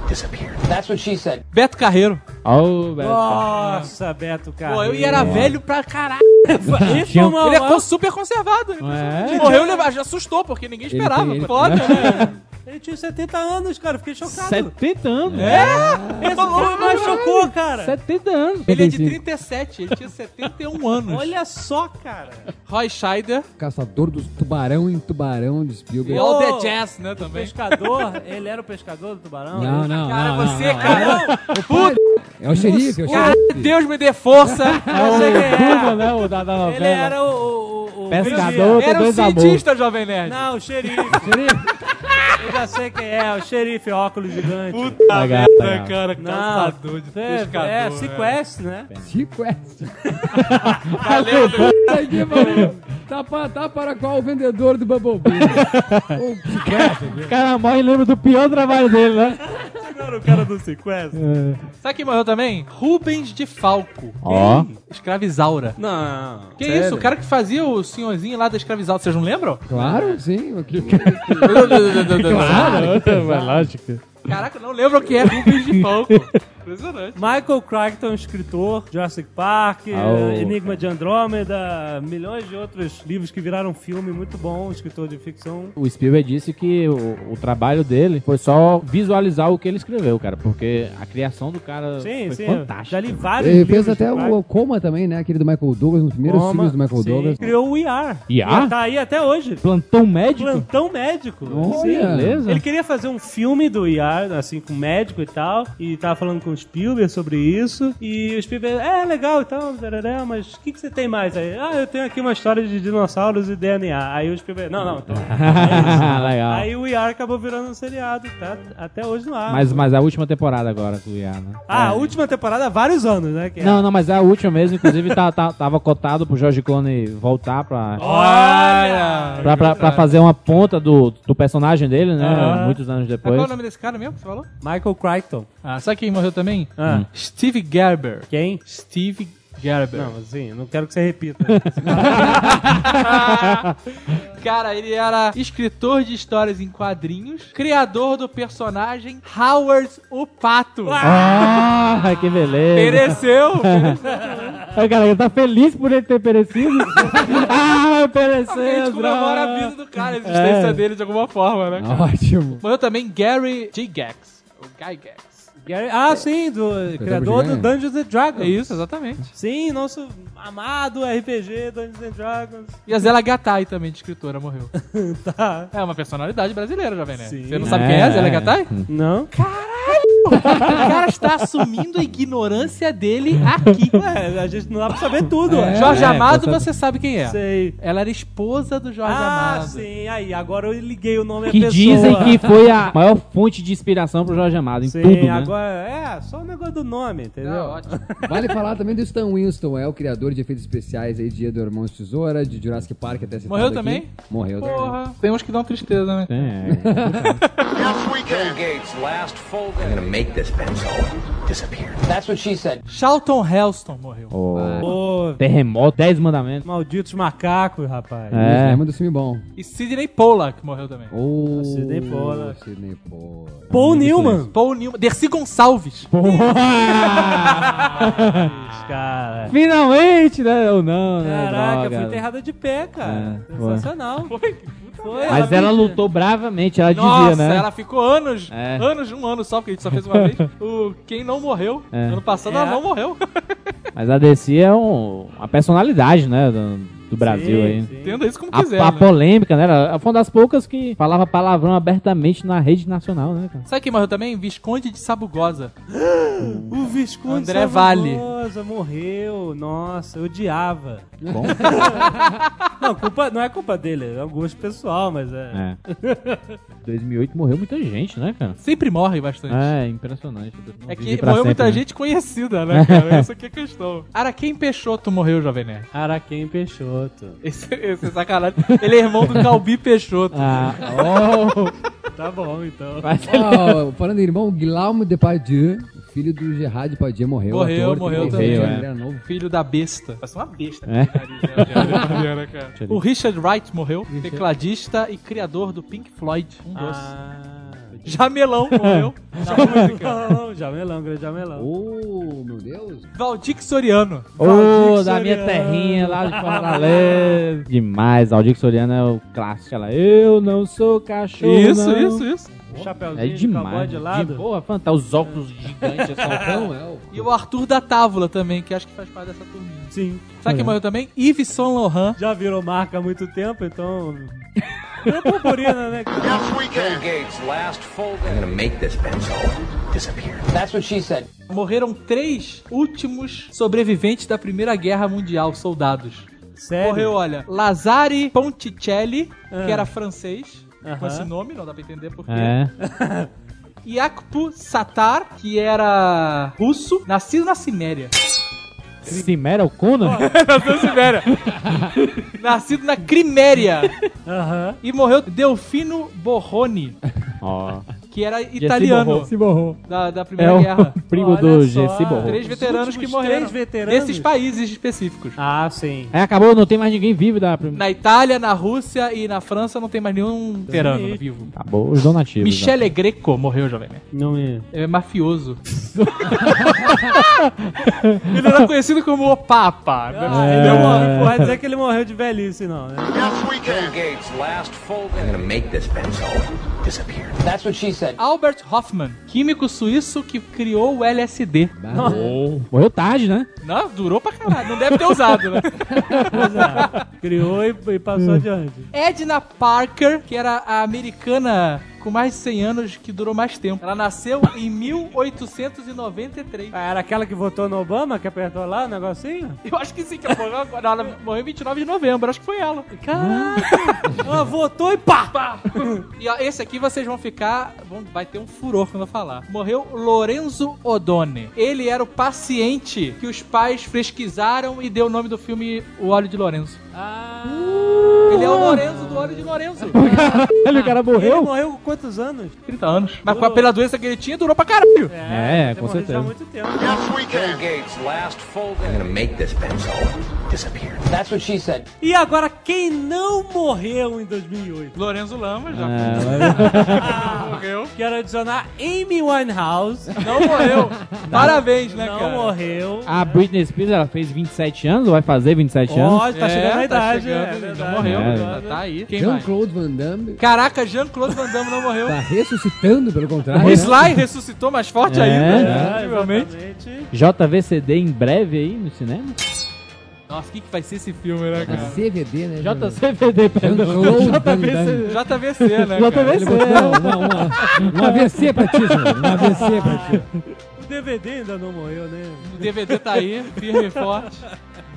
disappear. That's what she said. Beto Carreiro. Ó, o Beto. Nossa, Beto, cara. Pô, eu e era velho pra caralho. Esse foi uma- Ele é co- super conservado. Ele É. morreu, ele já assustou, porque ninguém esperava. tem- ele- Foda, né? Ele tinha 70 é anos, cara. Fiquei chocado. 70 anos. Esse cara mais chocou, cara. 70 anos. Ele é de 37, ele tinha 71 anos. Olha só, cara. Roy Scheider. Caçador dos tubarão em tubarão de E Spielberg. All The Jazz, né, O também. pescador, ele era o pescador do tubarão? Não, não, Cara, não, não, você, não. cara. Puta, É o xerife, é o cara, xerife. Deus me dê força. É Você o ganhava. Cuba, né? O da, da novela. Ele era o. o, o- o Pescador. Era um dois amor. cientista, Jovem Nerd. Não, o xerife. Xerife. Eu já sei quem é, o xerife, óculos gigante. Puta Legal, legal. cara. Não, Caçador de é, pescador. é, né? Sequest, né? Chico S. Valeu, Tá aqui, mano. Tá, pa- tá para qual o vendedor do Bumblebee? O Chico S. O cara morre e lembra do pior trabalho dele, né? Não era o cara do Sequest? Sabe quem morreu também? Rubens de Falco. Ó. Escravizaura. Não. Que isso? O cara que fazia o senhorzinho lá da escravizaura, vocês não lembram? Claro, sim. O que- Mas lógico. Caraca, não lembro o que é Rubens de Falco. Impressionante. Michael Crichton, escritor, Jurassic Park, Ah, o- Enigma de Andrômeda, milhões de outros livros que viraram filme, muito bom, escritor de ficção. O Spielberg disse que o, o trabalho dele foi só visualizar o que ele escreveu, cara, porque a criação do cara Sim, foi sim. Já fantástica. li vários Ele livros. fez até do o, Crichton. o Coma também, né? Aquele do Michael Douglas, um dos primeiros Coma, filmes do Michael sim. Douglas. Criou o IAR. IAR? Tá aí até hoje. Plantão um médico? Plantão médico. Olha. Sim. Beleza. Ele queria fazer um filme do IAR, assim, com médico e tal, e tava falando com o Spielberg sobre isso, e o Spielberg, é, legal e tal, tarará, mas o que, que você tem mais aí? Ah, eu tenho aqui uma história de dinossauros e DNA. Aí o Spielberg, não, não, então... Legal. Aí o IAR acabou virando um seriado, tá até hoje no ar. Mas, mas a última temporada agora do IA, né? Ah, a última temporada há vários anos, né? que é- Não, não, mas é a última mesmo. Inclusive, tá, tá- tava cotado pro George Clooney voltar pra, Olha! pra, pra, pra fazer uma ponta do, do personagem dele, né? Aham. Muitos anos Qual é o depois. nome desse cara mesmo que você falou? Michael Crichton. Ah, sabe quem morreu também? Ah, Steve Gerber. Quem? Steve Gerber. Não, assim, não quero que você repita. Cara, ele era escritor de histórias em quadrinhos, criador do personagem Howard o Pato. Ah, que beleza. Pereceu! Aí, cara, ele tá feliz por ele ter perecido. ah, pereceu. A gente comemora é a droga. vida do cara, a existência É. dele de alguma forma, né? cara? Ótimo. Morreu também Gary G. Gax. O Guy Gax. Gary- ah, sim, do criador do Gigante. Dungeons and Dragons. É isso, exatamente. Sim, nosso amado RPG Dungeons and Dragons. E a Zela Gattai também, de escritora, morreu. Tá. É uma personalidade brasileira, Jovem Nerd. Sim. Você não sabe quem é a Zela Gattai? Não? O cara está assumindo a ignorância dele aqui. Ué, a gente não dá pra saber tudo, ué. Jorge é, Amado, com né? você sabe quem é. Sei. Ela era esposa do Jorge ah, Amado. sim, aí, agora eu liguei o nome da Que pessoa. dizem que foi a maior fonte de inspiração pro Jorge Amado, em Sim, tudo, né? agora. É, só o negócio do nome, entendeu? Ah, ótimo. Vale falar também do Stan Winston, é o criador de efeitos especiais aí de Edward Mãos Tesoura, de Jurassic Park até citado Morreu aqui. também? Morreu também. Porra. Tem uns que dão tristeza, né? É, If we can. Gates last full day. I'm gonna make this benzo disappear. That's what she said. Charlton Heston morreu. o Pô, terremoto, 10 mandamentos. malditos macacos, rapaz. É. É. Lembra do filme bom. E Sidney Pollack morreu também. Oh, Sidney é Pollack. Sidney Pollack. Paul Newman. Paul Newman. Dercy Gonçalves. Cara. Finalmente, né? Ou não, né? Caraca, Droga. foi enterrada de pé, cara. É, foi. Sensacional. Foi, foi. Mas ela lutou bravamente, ela Nossa, dizia, né? ela ficou anos, É. anos, um ano só, porque a gente só fez uma vez. O Quem Não Morreu. É. Ano passado É. ela não morreu. Mas a DC é um- uma personalidade, né? Do, do Brasil aí. Entenda isso como A, quiser. a né? polêmica, né? Ela foi uma das poucas que falava palavrão abertamente na rede nacional, né, cara? Sabe quem morreu também? Visconde de Sabugosa. O Visconde André Sabugosa morreu. Nossa, eu odiava. Bom. Não, culpa, não é culpa dele, é um gosto pessoal, mas é. É. 2008 morreu muita gente, né, cara? Sempre morre bastante. É, impressionante. É Vive que pra morreu muita sempre, né? gente conhecida, né, cara? Essa aqui é a questão. Araquém Peixoto morreu, Jovem Nerd. Araquém Peixoto. Esse, esse é sacanagem. Ele é irmão do Calbi Peixoto. Ah, oh, Tá bom, então. mas ele- Ó, Ah, falando em irmão, Guilherme Depardieu, filho do Gerard Depardieu, morreu. Morreu, ator, que morreu fez também. Jean Morreu, é. André Novo. Filho da besta. Parece uma besta. É. O Richard Wright morreu, tecladista e criador do Pink Floyd. Um doce. Ah, Jamelão morreu. da música. jamelão, Tá então. jamelão, grande jamelão. Oh, meu Deus. Valdir Soriano. Ô, Valdir da minha Soriano. terrinha lá de Fortaleza. Demais, Aldir Soriano é o clássico. Ela, eu não sou cachorro. Isso, não." isso, isso. O chapéuzinho É de demais. cowboy de lado. De boa, fantástico. Os óculos gigantes. assim. Falcão é o... E o Arthur da Távola também, que acho que faz parte dessa turminha. Sim. Sabe É. quem morreu também? Yves Saint Laurent. Já virou marca há muito tempo, então. É purpurina, né? If we can. Gates last full day. I'm gonna make this benzo disappear. That's what she said. Morreram três últimos sobreviventes da Primeira Guerra Mundial, soldados. Sério? Morreu, olha, Lazare Ponticelli, Ah. que era francês, com Aham. esse nome, não dá pra entender por quê. É. Yakpo Satar, que era russo, nascido na Ciméria. Cimera, o Conan? nascido na Ciméria. nascido na Criméria. Aham. E morreu Delfino Borroni, Ó. que era Jesse italiano Borrou. Se borrou. da, da Primeira É Guerra. o primo Olha do só. GC Borrou. Três veteranos que últimos morreram. três veteranos? Desses países específicos. Ah, sim. É, acabou, não tem mais ninguém vivo da primeira. Na Itália, na Rússia e na França não tem mais nenhum veterano vivo. Acabou os donativos. né? Michele Greco morreu, jovem. Nerd. Não é. É mafioso. Ele era conhecido como o Papa. né? Ah, ele não morreu. Não vai dizer que ele morreu de velhice, não, né? If we can. Gates last full day. I'm gonna make this benzo disappear. That's what she said. Albert Hoffman, químico suíço que criou o LSD. Morreu tarde, né? Não, durou pra caralho. Não deve ter usado, né? Pois é. Criou e, e passou adiante. Edna Parker, que era a americana com mais de 100 anos que durou mais tempo. Ela nasceu em 1893. Ah, Era aquela que votou no Obama, que apertou lá o negocinho? Eu acho que sim, que ela morreu agora. Não, Ela morreu em 29 de novembro, acho que foi ela. Caraca! Ela votou e pá! E ó, esse aqui vocês vão ficar. vão- vai ter um furor quando eu falar. Morreu Lorenzo Odone. Ele era o paciente que os pais pesquisaram e deu o nome do filme O Óleo de Lorenzo. Ele é o Lorenzo do Óleo de Lorenzo. Ele, o cara Ele morreu. morreu com quantos anos? 30 anos. Mas com a- pela doença que ele tinha, durou pra caralho. É, ele com morreu já há certeza. muito tempo. If we can. Gates last full day. I'm gonna make this benzo disappear. That's what she said. E agora, quem não morreu em 2008? Lorenzo Lama já É, morreu. Quero adicionar Amy Winehouse. Não morreu. Parabéns, né, Não cara? morreu. a Britney Spears, ela fez 27 anos, vai fazer 27 anos. Ó, tá chegando na É, idade. chegando, é ele verdade. não morreu. É. já Tá aí. Quem mais? Jean-Claude Van Damme Caraca, Jean-Claude Van Damme não morreu. É. tá ressuscitando, pelo contrário. O né? Sly ressuscitou mais forte É, ainda, É, né? Tá possivelmente. exatamente. JVCD em breve aí no cinema. Nossa, o que, que vai ser esse filme, né, É cara? CVD, né? tá JCVD, perdão. É. JVD. JVC, né? cara? Ele botou uma, uma, uma, um AVC pra ti, Júnior. Um AVC pra ti. O DVD ainda não morreu, né? O DVD tá aí, firme e forte.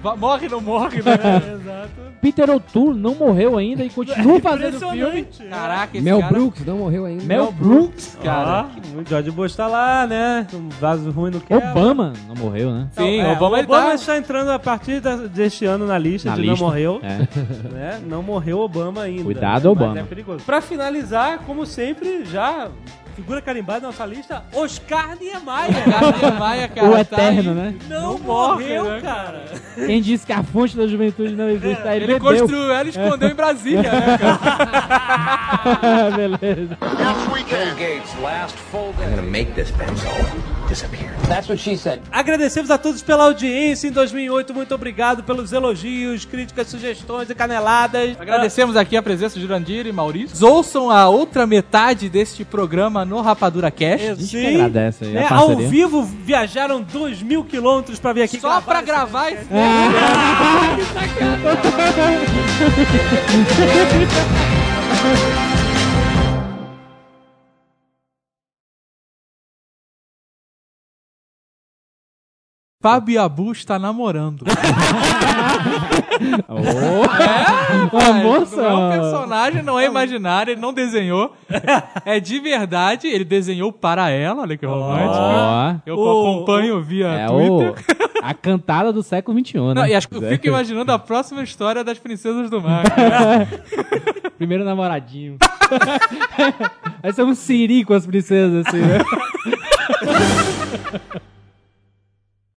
Va- Morre, não morre, né? Exato. Peter O'Toole não morreu ainda e continua Tá fazendo filme. Caraca, esse Mel cara... Brooks não morreu ainda. Mel Brooks, Ah. cara. Cara, o George Bush tá lá, né? Um vaso ruim no que Obama não morreu, né? Sim, é, Obama, o ele Obama tá- está entrando a partir da- deste ano na lista Na de lista. não morreu. É. né? Não morreu Obama ainda. Cuidado, Mas Obama. É perigoso. Pra finalizar, como sempre, já figura carimbada na nossa lista, Oscar Niemeyer. Carlinhos Maia, cara, O tá aí. eterno, né? Não, Não morreu, morre, né, cara. Quem disse que a fonte da juventude não existe, tá? ele, Ele bebeu. construiu ela e É. escondeu em Brasília, né, cara? Beleza. Gates last full day. I'm gonna make this benzo disappear. That's what she said. Agradecemos a todos pela audiência em 2008. Muito obrigado pelos elogios, críticas, sugestões e caneladas. Agradecemos aqui a presença de Jurandir e Maurício. Ouçam a outra metade deste programa no Rapadura Cast. gente Sim. que agradece aí a É, né? Ao parceria. vivo viajaram 2 mil quilômetros pra vir aqui Só pra esse gravar esse Fábio Abu está namorando. Uma Não é um moça. personagem, não é imaginário, ele não desenhou. É de verdade, ele desenhou para ela, olha que romântico. Ó. Eu O- acompanho via É Twitter. o, a cantada do século XXI, né? Não, e acho que eu fico imaginando a próxima história das princesas do mar. cara. Primeiro namoradinho. Vai ser um siri com as princesas, assim, né?